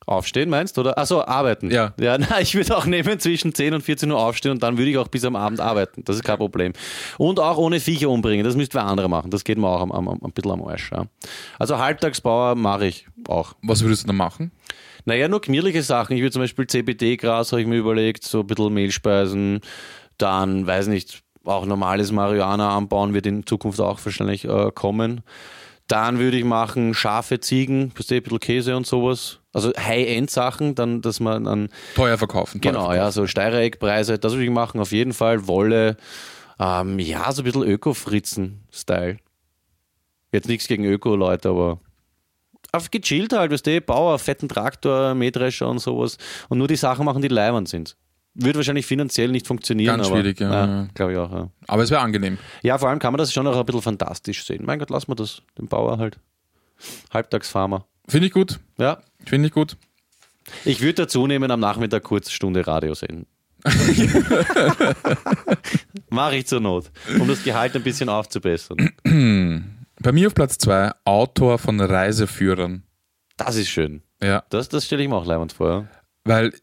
[SPEAKER 3] Aufstehen meinst du? Oder? Achso, arbeiten.
[SPEAKER 4] Ja.
[SPEAKER 3] Ja, [laughs] na, ich würde auch nehmen zwischen 10 und 14 Uhr aufstehen und dann würde ich auch bis am Abend arbeiten. Das ist kein Problem. Und auch ohne Viecher umbringen. Das müssten wir andere machen. Das geht mir auch am, am, am, ein bisschen am Arsch. Ja. Also Halbtagsbauer mache ich auch.
[SPEAKER 4] Was würdest du da machen?
[SPEAKER 3] Naja, nur gemütliche Sachen. Ich würde zum Beispiel CBD-Gras, habe ich mir überlegt, so ein bisschen Mehlspeisen. Dann, weiß nicht, auch normales Marihuana anbauen wird in Zukunft auch wahrscheinlich äh, kommen. Dann würde ich machen Schafe, Ziegen, verstehe, ein bisschen Käse und sowas. Also High-End-Sachen, dann, dass man dann,
[SPEAKER 4] Teuer verkaufen. Teuer
[SPEAKER 3] genau,
[SPEAKER 4] verkaufen.
[SPEAKER 3] ja, so Steirereckpreise, das würde ich machen, auf jeden Fall. Wolle, ähm, ja, so ein bisschen Öko-Fritzen-Style. Jetzt nichts gegen Öko-Leute, aber auf gechillt halt, weißt du, Bauer, fetten Traktor, Mähdrescher und sowas. Und nur die Sachen machen, die leibend sind. Wird wahrscheinlich finanziell nicht funktionieren.
[SPEAKER 4] Ganz
[SPEAKER 3] aber,
[SPEAKER 4] schwierig, ja, ja.
[SPEAKER 3] Glaube ich auch, ja.
[SPEAKER 4] Aber es wäre angenehm.
[SPEAKER 3] Ja, vor allem kann man das schon auch ein bisschen fantastisch sehen. Mein Gott, lass mal das, den Bauer halt. Halbtagsfarmer.
[SPEAKER 4] Finde ich gut.
[SPEAKER 3] Ja,
[SPEAKER 4] Finde ich gut.
[SPEAKER 3] ich würde dazu nehmen, am Nachmittag kurz Stunde Radio [laughs] sehen. Mache ich zur Not, um das Gehalt ein bisschen aufzubessern.
[SPEAKER 4] Bei mir auf Platz 2, Autor von Reiseführern.
[SPEAKER 3] Das ist schön.
[SPEAKER 4] Ja.
[SPEAKER 3] Das, das stelle ich mir auch leibend vor. ja.
[SPEAKER 4] Weil,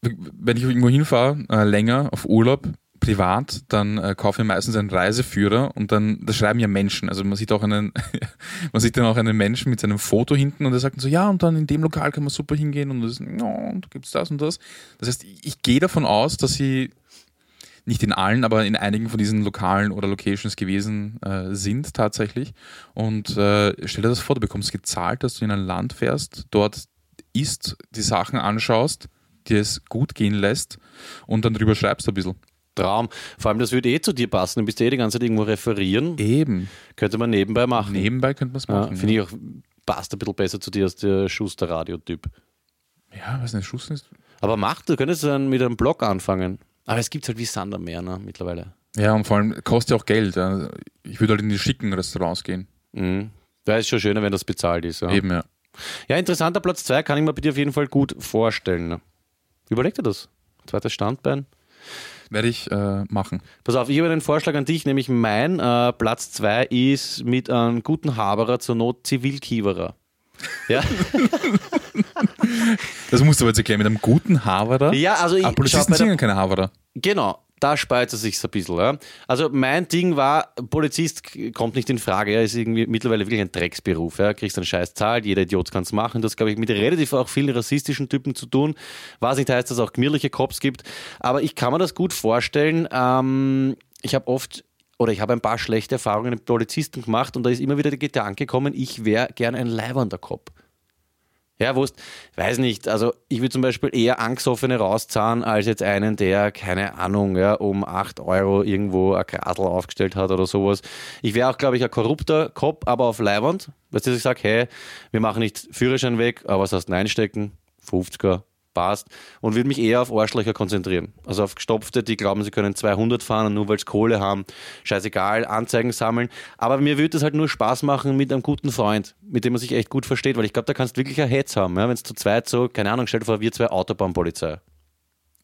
[SPEAKER 4] wenn ich irgendwo hinfahre, äh, länger auf Urlaub, privat, dann äh, kaufe ich meistens einen Reiseführer und dann, das schreiben ja Menschen. Also man sieht auch einen, [laughs] man sieht dann auch einen Menschen mit seinem Foto hinten und der sagt so, ja, und dann in dem Lokal kann man super hingehen und das, ja, und da gibt's das und das. Das heißt, ich, ich gehe davon aus, dass sie nicht in allen, aber in einigen von diesen Lokalen oder Locations gewesen äh, sind tatsächlich. Und äh, stell dir das vor, du bekommst gezahlt, dass du in ein Land fährst, dort isst, die Sachen anschaust, dir es gut gehen lässt und dann drüber schreibst ein bisschen.
[SPEAKER 3] Traum. Vor allem, das würde eh zu dir passen. Du bist eh die ganze Zeit irgendwo referieren.
[SPEAKER 4] Eben.
[SPEAKER 3] Könnte man Eh. nebenbei machen.
[SPEAKER 4] Nebenbei könnte man es
[SPEAKER 3] ja,
[SPEAKER 4] machen.
[SPEAKER 3] Finde ich auch, passt ein bisschen besser zu dir als der Schuster-Radio-Typ.
[SPEAKER 4] ja, was eine Schuss ist.
[SPEAKER 3] Aber mach, du könntest dann mit einem Blog anfangen. Aber es gibt halt wie Sand am Meer ne, mittlerweile.
[SPEAKER 4] Ja, und vor allem kostet ja auch Geld. ja. Ich würde halt in die schicken Restaurants gehen.
[SPEAKER 3] Mhm. Da ist schon schöner, wenn das bezahlt ist. Ja,
[SPEAKER 4] Eben, ja.
[SPEAKER 3] ja interessanter Platz 2 kann ich mir bei dir auf jeden Fall gut vorstellen. Überleg dir das. Zweites Standbein.
[SPEAKER 4] Werde ich äh, machen.
[SPEAKER 3] Pass auf, ich habe einen Vorschlag an dich, nämlich mein äh, Platz 2 ist mit einem guten Haberer zur Not Zivilkiewerer. Ja,
[SPEAKER 4] Das musst du aber jetzt erklären. Mit einem guten Haverer.
[SPEAKER 3] ja also ich
[SPEAKER 4] Ah,
[SPEAKER 3] schau
[SPEAKER 4] Polizisten
[SPEAKER 3] bei der
[SPEAKER 4] singen keine Haverer.
[SPEAKER 3] Genau, da speizt es sich ein bisschen. Ja. Also mein Ding war, Polizist k- kommt nicht in Frage, er ist irgendwie mittlerweile wirklich ein Drecksberuf. Ja. Kriegst eine scheiß Zahl, jeder Idiot kann es machen. Das glaube ich mit relativ auch vielen rassistischen Typen zu tun. Was nicht heißt, dass es auch gemütliche Cops gibt. Aber ich kann mir das gut vorstellen. Ähm, ich habe oft oder ich habe ein paar schlechte Erfahrungen mit Polizisten gemacht und da ist immer wieder der Gedanke gekommen, ich wäre gern ein leibernder Cop. Ja, wusst, weiß nicht. Also ich würde zum Beispiel eher Angstoffene rauszahlen, als jetzt einen, der, keine Ahnung, ja, um 8 Euro irgendwo ein Gradl aufgestellt hat oder sowas. Ich wäre auch, glaube ich, ein korrupter Cop, aber auf Leibwand. Weißt du, dass ich sage, hey, wir machen nicht Führerschein weg, aber was hast du einstecken? 50er, passt. Und würde mich eher auf Arschlöcher konzentrieren. Also auf Gestopfte, die glauben, sie können 200 fahren und nur weil sie Kohle haben, scheißegal, Anzeigen sammeln. Aber mir würde es halt nur Spaß machen mit einem guten Freund, mit dem man sich echt gut versteht, weil ich glaube, da kannst du wirklich ein Hetz haben, ja? wenn es zu zweit so, keine Ahnung, stell dir vor, wir zwei Autobahnpolizei.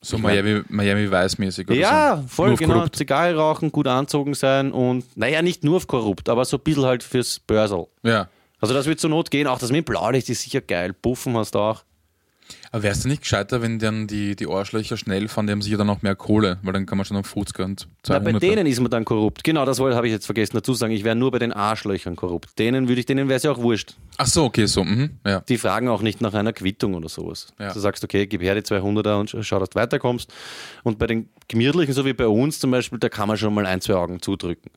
[SPEAKER 4] So Miami, Miami Vice mäßig. Oder
[SPEAKER 3] Ja,
[SPEAKER 4] so.
[SPEAKER 3] voll
[SPEAKER 4] Nur auf
[SPEAKER 3] genau.
[SPEAKER 4] korrupt.
[SPEAKER 3] Zigarre rauchen, gut anzogen sein und, naja, nicht nur auf korrupt, aber so ein bisschen halt fürs Börsel.
[SPEAKER 4] Ja.
[SPEAKER 3] Also das wird zur Not gehen, auch das mit dem Blaulicht ist sicher geil. Puffen hast du auch.
[SPEAKER 4] Aber wäre es denn nicht gescheiter, wenn dann die, die Arschlöcher schnell fahren, die haben sicher dann noch mehr Kohle, weil dann kann man schon auf 50 und
[SPEAKER 3] Na, bei
[SPEAKER 4] 200.
[SPEAKER 3] denen ist man dann korrupt. Genau, das wollte- habe ich jetzt vergessen dazu sagen. Ich wäre nur bei den Arschlöchern korrupt. Denen würde ich, denen wäre es ja auch wurscht.
[SPEAKER 4] Ach so, okay, so, mhm, ja.
[SPEAKER 3] Die fragen auch nicht nach einer Quittung oder sowas.
[SPEAKER 4] Ja.
[SPEAKER 3] Du sagst, okay, gib her die 200er und sch- schau, dass du weiterkommst. Und bei den Gemütlichen, so wie bei uns zum Beispiel, da kann man schon mal ein, zwei Augen zudrücken.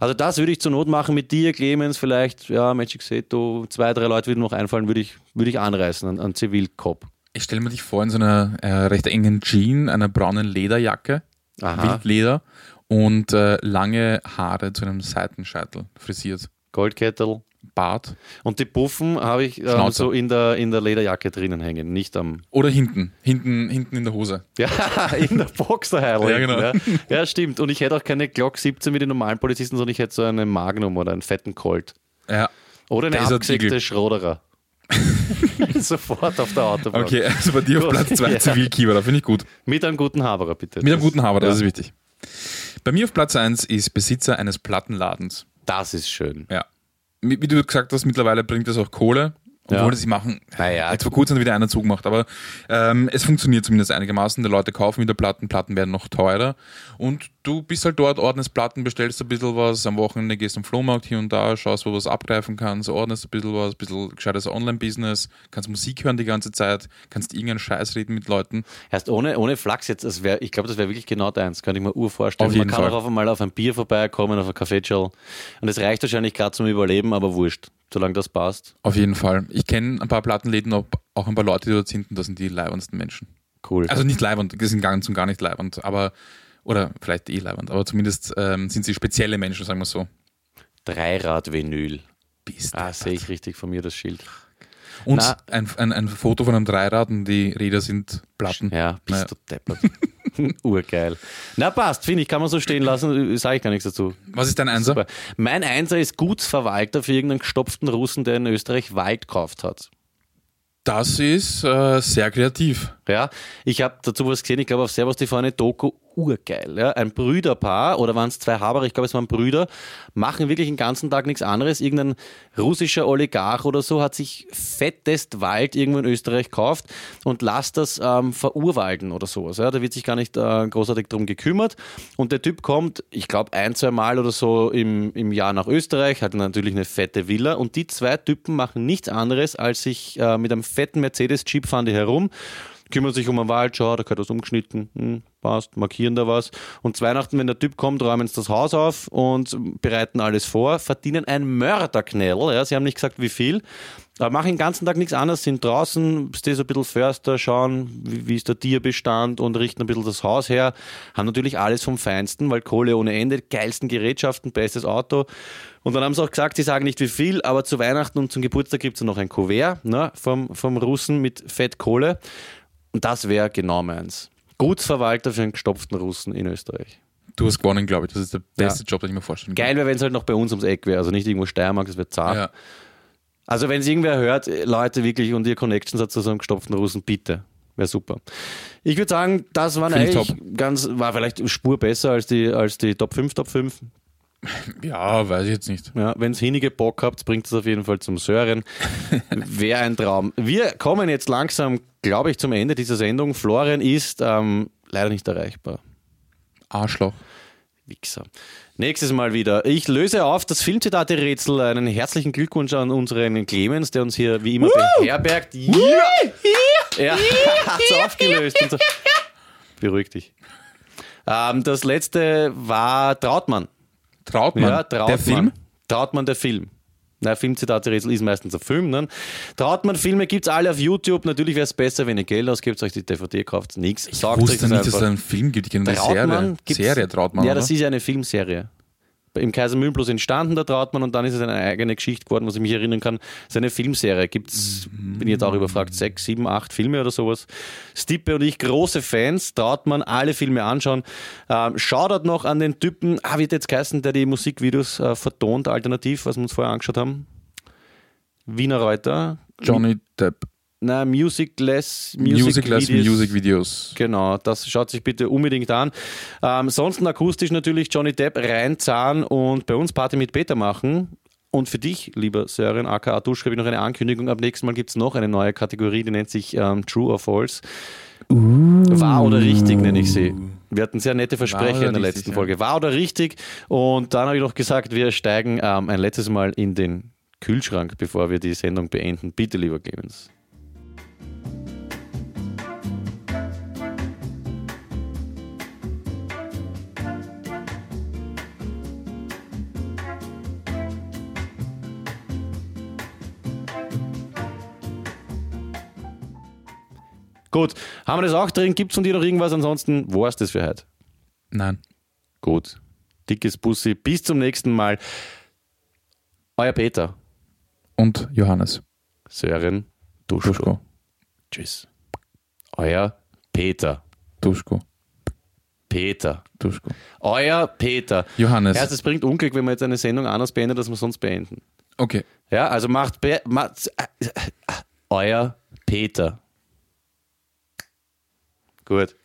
[SPEAKER 3] Also das würde ich zur Not machen mit dir, Clemens, vielleicht, ja, Magic Seto, zwei, drei Leute würden noch einfallen, würde ich, würde ich anreißen an, an Zivilkop.
[SPEAKER 4] Ich stelle mir dich vor in so einer äh, recht engen Jean, einer braunen Lederjacke,
[SPEAKER 3] Aha.
[SPEAKER 4] Wildleder und äh, lange Haare zu einem Seitenscheitel frisiert.
[SPEAKER 3] Goldkettel.
[SPEAKER 4] Bart
[SPEAKER 3] Und die Puffen habe ich ähm,
[SPEAKER 4] Schnauze.
[SPEAKER 3] so in der, in der Lederjacke drinnen hängen, nicht am
[SPEAKER 4] oder hinten, hinten, hinten in der Hose.
[SPEAKER 3] [laughs] Ja, in der Box da Heil.
[SPEAKER 4] Ja, genau.
[SPEAKER 3] ja.
[SPEAKER 4] [laughs]
[SPEAKER 3] ja, stimmt. Und ich hätte auch keine Glock 17 wie die normalen Polizisten, sondern ich hätte so einen Magnum oder einen fetten Colt.
[SPEAKER 4] Ja.
[SPEAKER 3] Oder eine
[SPEAKER 4] Taser
[SPEAKER 3] abgesägte
[SPEAKER 4] Tiegel. [laughs]
[SPEAKER 3] Schroderer. [laughs] Sofort auf der Autobahn.
[SPEAKER 4] Okay, also bei dir auf
[SPEAKER 3] Gut.
[SPEAKER 4] Platz
[SPEAKER 3] [laughs]
[SPEAKER 4] 2 [laughs]
[SPEAKER 3] Ja.
[SPEAKER 4] Zivilkieberer, finde ich gut.
[SPEAKER 3] Mit einem guten Haberer, bitte.
[SPEAKER 4] Mit einem guten Haber, das
[SPEAKER 3] ja,
[SPEAKER 4] ist wichtig. Bei mir auf Platz 1 ist Besitzer eines Plattenladens.
[SPEAKER 3] Das ist schön.
[SPEAKER 4] Ja. Wie wie du gesagt hast, mittlerweile bringt das auch Kohle. Obwohl
[SPEAKER 3] Ja.
[SPEAKER 4] das sie machen,
[SPEAKER 3] Naja.
[SPEAKER 4] jetzt vor kurzem hat wieder einer zugemacht, aber ähm, es funktioniert zumindest einigermaßen. Die Leute kaufen wieder Platten, Platten werden noch teurer und du bist halt dort, ordnest Platten, bestellst ein bisschen was, am Wochenende gehst zum Flohmarkt hier und da, schaust, wo du was abgreifen kannst, ordnest ein bisschen was, ein bisschen gescheites Online-Business, kannst Musik hören die ganze Zeit, kannst irgendeinen Scheiß reden mit Leuten.
[SPEAKER 3] Heißt, ohne, ohne Flachs jetzt, das wär, ich glaube, das wäre wirklich genau deins, könnte ich mir ur vorstellen.
[SPEAKER 4] Auf jeden
[SPEAKER 3] Man kann
[SPEAKER 4] Fall.
[SPEAKER 3] auch auf einmal auf ein Bier vorbeikommen, auf ein Kaffeetschall. Und das reicht wahrscheinlich gerade zum Überleben, aber wurscht, solange das passt.
[SPEAKER 4] Auf jeden Fall. Ich kenne ein paar Plattenläden, ob- auch ein paar Leute, die dort sind und das sind die leibendsten Menschen.
[SPEAKER 3] Cool.
[SPEAKER 4] Also nicht leibend, die sind ganz und gar nicht leibend, aber, oder vielleicht eh leibend, aber zumindest ähm, sind sie spezielle Menschen, sagen wir so.
[SPEAKER 3] Dreirad-Vinyl.
[SPEAKER 4] Bist
[SPEAKER 3] Ah, sehe ich richtig von mir das Schild.
[SPEAKER 4] Und
[SPEAKER 3] Na.
[SPEAKER 4] ein, ein, ein Foto von einem Dreirad und die Räder sind Platten.
[SPEAKER 3] Ja, bist
[SPEAKER 4] Naja.
[SPEAKER 3] du deppert. [laughs] Urgeil. Na passt, finde ich, kann man so stehen lassen, sage ich gar nichts dazu.
[SPEAKER 4] Was ist dein Einser?
[SPEAKER 3] Super. Mein Einser ist Gutsverwalter für irgendeinen gestopften Russen, der in Österreich Wald gekauft hat.
[SPEAKER 4] Das ist äh, sehr kreativ.
[SPEAKER 3] Ja, ich habe dazu was gesehen, ich glaube auf Servus TV eine Doku, urgeil. Ja? Ein Brüderpaar, oder waren es zwei Haber, ich glaube es waren Brüder, machen wirklich den ganzen Tag nichts anderes. Irgendein russischer Oligarch oder so hat sich fettest Wald irgendwo in Österreich gekauft und lasst das ähm, verurwalden oder sowas. Ja? Da wird sich gar nicht äh, großartig drum gekümmert. Und der Typ kommt, ich glaube ein, zwei Mal oder so im, im Jahr nach Österreich, hat natürlich eine fette Villa und die zwei Typen machen nichts anderes, als sich äh, mit einem fetten Mercedes-Jeep fahren die herum kümmert sich um den Wald, schau, da gehört was umgeschnitten, hm, passt, markieren da was. Und zu Weihnachten, wenn der Typ kommt, räumen sie das Haus auf und bereiten alles vor, verdienen ein Mörderknell, ja, sie haben nicht gesagt, wie viel, aber machen den ganzen Tag nichts anderes, sind draußen, stehen so ein bisschen Förster, schauen, wie, wie ist der Tierbestand und richten ein bisschen das Haus her, haben natürlich alles vom Feinsten, weil Kohle ohne Ende, geilsten Gerätschaften, bestes Auto. Und dann haben sie auch gesagt, sie sagen nicht wie viel, aber zu Weihnachten und zum Geburtstag gibt es noch ein Kuvert ne, vom, vom Russen mit Fettkohle. Und das wäre genau meins. Gutsverwalter für einen gestopften Russen in Österreich.
[SPEAKER 4] Du hast gewonnen, glaube ich. Das ist der beste Job, den ich mir vorstellen kann.
[SPEAKER 3] Geil wäre, wenn es halt noch bei uns ums Eck wäre, also nicht irgendwo Steiermark, das wäre zart.
[SPEAKER 4] Ja.
[SPEAKER 3] Also wenn es irgendwer hört, äh, Leute wirklich und ihr Connections hat zu so einem gestopften Russen, bitte. Wäre super. Ich würde sagen, das waren
[SPEAKER 4] Finde ich
[SPEAKER 3] eigentlich ganz, war vielleicht Spur besser als die, als die Top 5, Top 5.
[SPEAKER 4] ja, weiß ich jetzt nicht.
[SPEAKER 3] Ja, Wenn es hinige Bock habt, bringt es auf jeden Fall zum
[SPEAKER 4] [laughs]
[SPEAKER 3] Sören. Wäre ein Traum. Wir kommen jetzt langsam, glaube ich, zum Ende dieser Sendung. Florian ist ähm, leider nicht erreichbar.
[SPEAKER 4] Arschloch.
[SPEAKER 3] Wichser. Nächstes Mal wieder. Ich löse auf das Filmzitate-Rätsel. Einen herzlichen Glückwunsch an unseren Clemens, der uns hier wie immer beherbergt. Ja!
[SPEAKER 4] [laughs]
[SPEAKER 3] Er [laughs] hat's aufgelöst. Und so. Beruhig dich. Ähm, das letzte war Trautmann.
[SPEAKER 4] Trautmann.
[SPEAKER 3] Ja, Trautmann.
[SPEAKER 4] Der Film?
[SPEAKER 3] Trautmann, der Film. Na, Filmzitate-Rätsel ist meistens ein Film. Ne? Trautmann-Filme gibt's alle auf YouTube. Natürlich wäre es besser, wenn ihr Geld ausgibt, euch die DVD kauft. Nix. Sagt euch
[SPEAKER 4] Wusste
[SPEAKER 3] das
[SPEAKER 4] nicht, dass es
[SPEAKER 3] einfach.
[SPEAKER 4] da einen Film gibt. Ich kenne eine Serie.
[SPEAKER 3] Trautmann gibt's-
[SPEAKER 4] Serie Trautmann.
[SPEAKER 3] Ja, das
[SPEAKER 4] oder?
[SPEAKER 3] ist ja eine Filmserie. Im Kaiser Mühlenbloß entstanden der Trautmann und dann ist es eine eigene Geschichte geworden, was ich mich erinnern kann. Es ist eine Filmserie. Gibt es,
[SPEAKER 4] Mhm.
[SPEAKER 3] bin jetzt auch überfragt, sechs, sieben, acht Filme oder sowas. Stippe und ich, große Fans, Trautmann, alle Filme anschauen. Ähm, Shoutout noch an den Typen, ah, wie hat jetzt geheißen, der die Musikvideos äh, vertont, alternativ, was wir uns vorher angeschaut haben. Wiener Reuter.
[SPEAKER 4] Johnny Depp.
[SPEAKER 3] Na, Musicless, Music
[SPEAKER 4] Musicless
[SPEAKER 3] Videos.
[SPEAKER 4] Music Videos.
[SPEAKER 3] Genau, das schaut sich bitte unbedingt an. Ähm, sonst akustisch natürlich Johnny Depp, Reinzahn und bei uns Party mit Peter machen. Und für dich, lieber Sören aka du schreibe ich noch eine Ankündigung. Ab nächsten Mal gibt es noch eine neue Kategorie, die nennt sich ähm, True or False.
[SPEAKER 4] Uh.
[SPEAKER 3] Wahr oder richtig nenne ich sie. Wir hatten sehr nette Versprechen
[SPEAKER 4] oder
[SPEAKER 3] in der
[SPEAKER 4] richtig,
[SPEAKER 3] letzten
[SPEAKER 4] ja.
[SPEAKER 3] Folge. Wahr oder richtig. Und dann habe ich noch gesagt, wir steigen ähm, ein letztes Mal in den Kühlschrank, bevor wir die Sendung beenden. Bitte, lieber Clemens. Gut, haben wir das auch drin? Gibt es von dir noch irgendwas? Ansonsten, wo ist das für heute?
[SPEAKER 4] Nein.
[SPEAKER 3] Gut. Dickes Bussi. Bis zum nächsten Mal. Euer Peter.
[SPEAKER 4] Und Johannes.
[SPEAKER 3] Sören Duschko.
[SPEAKER 4] Duschko.
[SPEAKER 3] Tschüss. Euer Peter.
[SPEAKER 4] Duschko.
[SPEAKER 3] Peter.
[SPEAKER 4] Duschko.
[SPEAKER 3] Euer Peter.
[SPEAKER 4] Johannes.
[SPEAKER 3] Erst, es bringt Unglück, wenn wir jetzt eine Sendung anders beendet, als wir sonst beenden.
[SPEAKER 4] Okay.
[SPEAKER 3] Ja, also macht, be macht äh, euer Peter. Gut.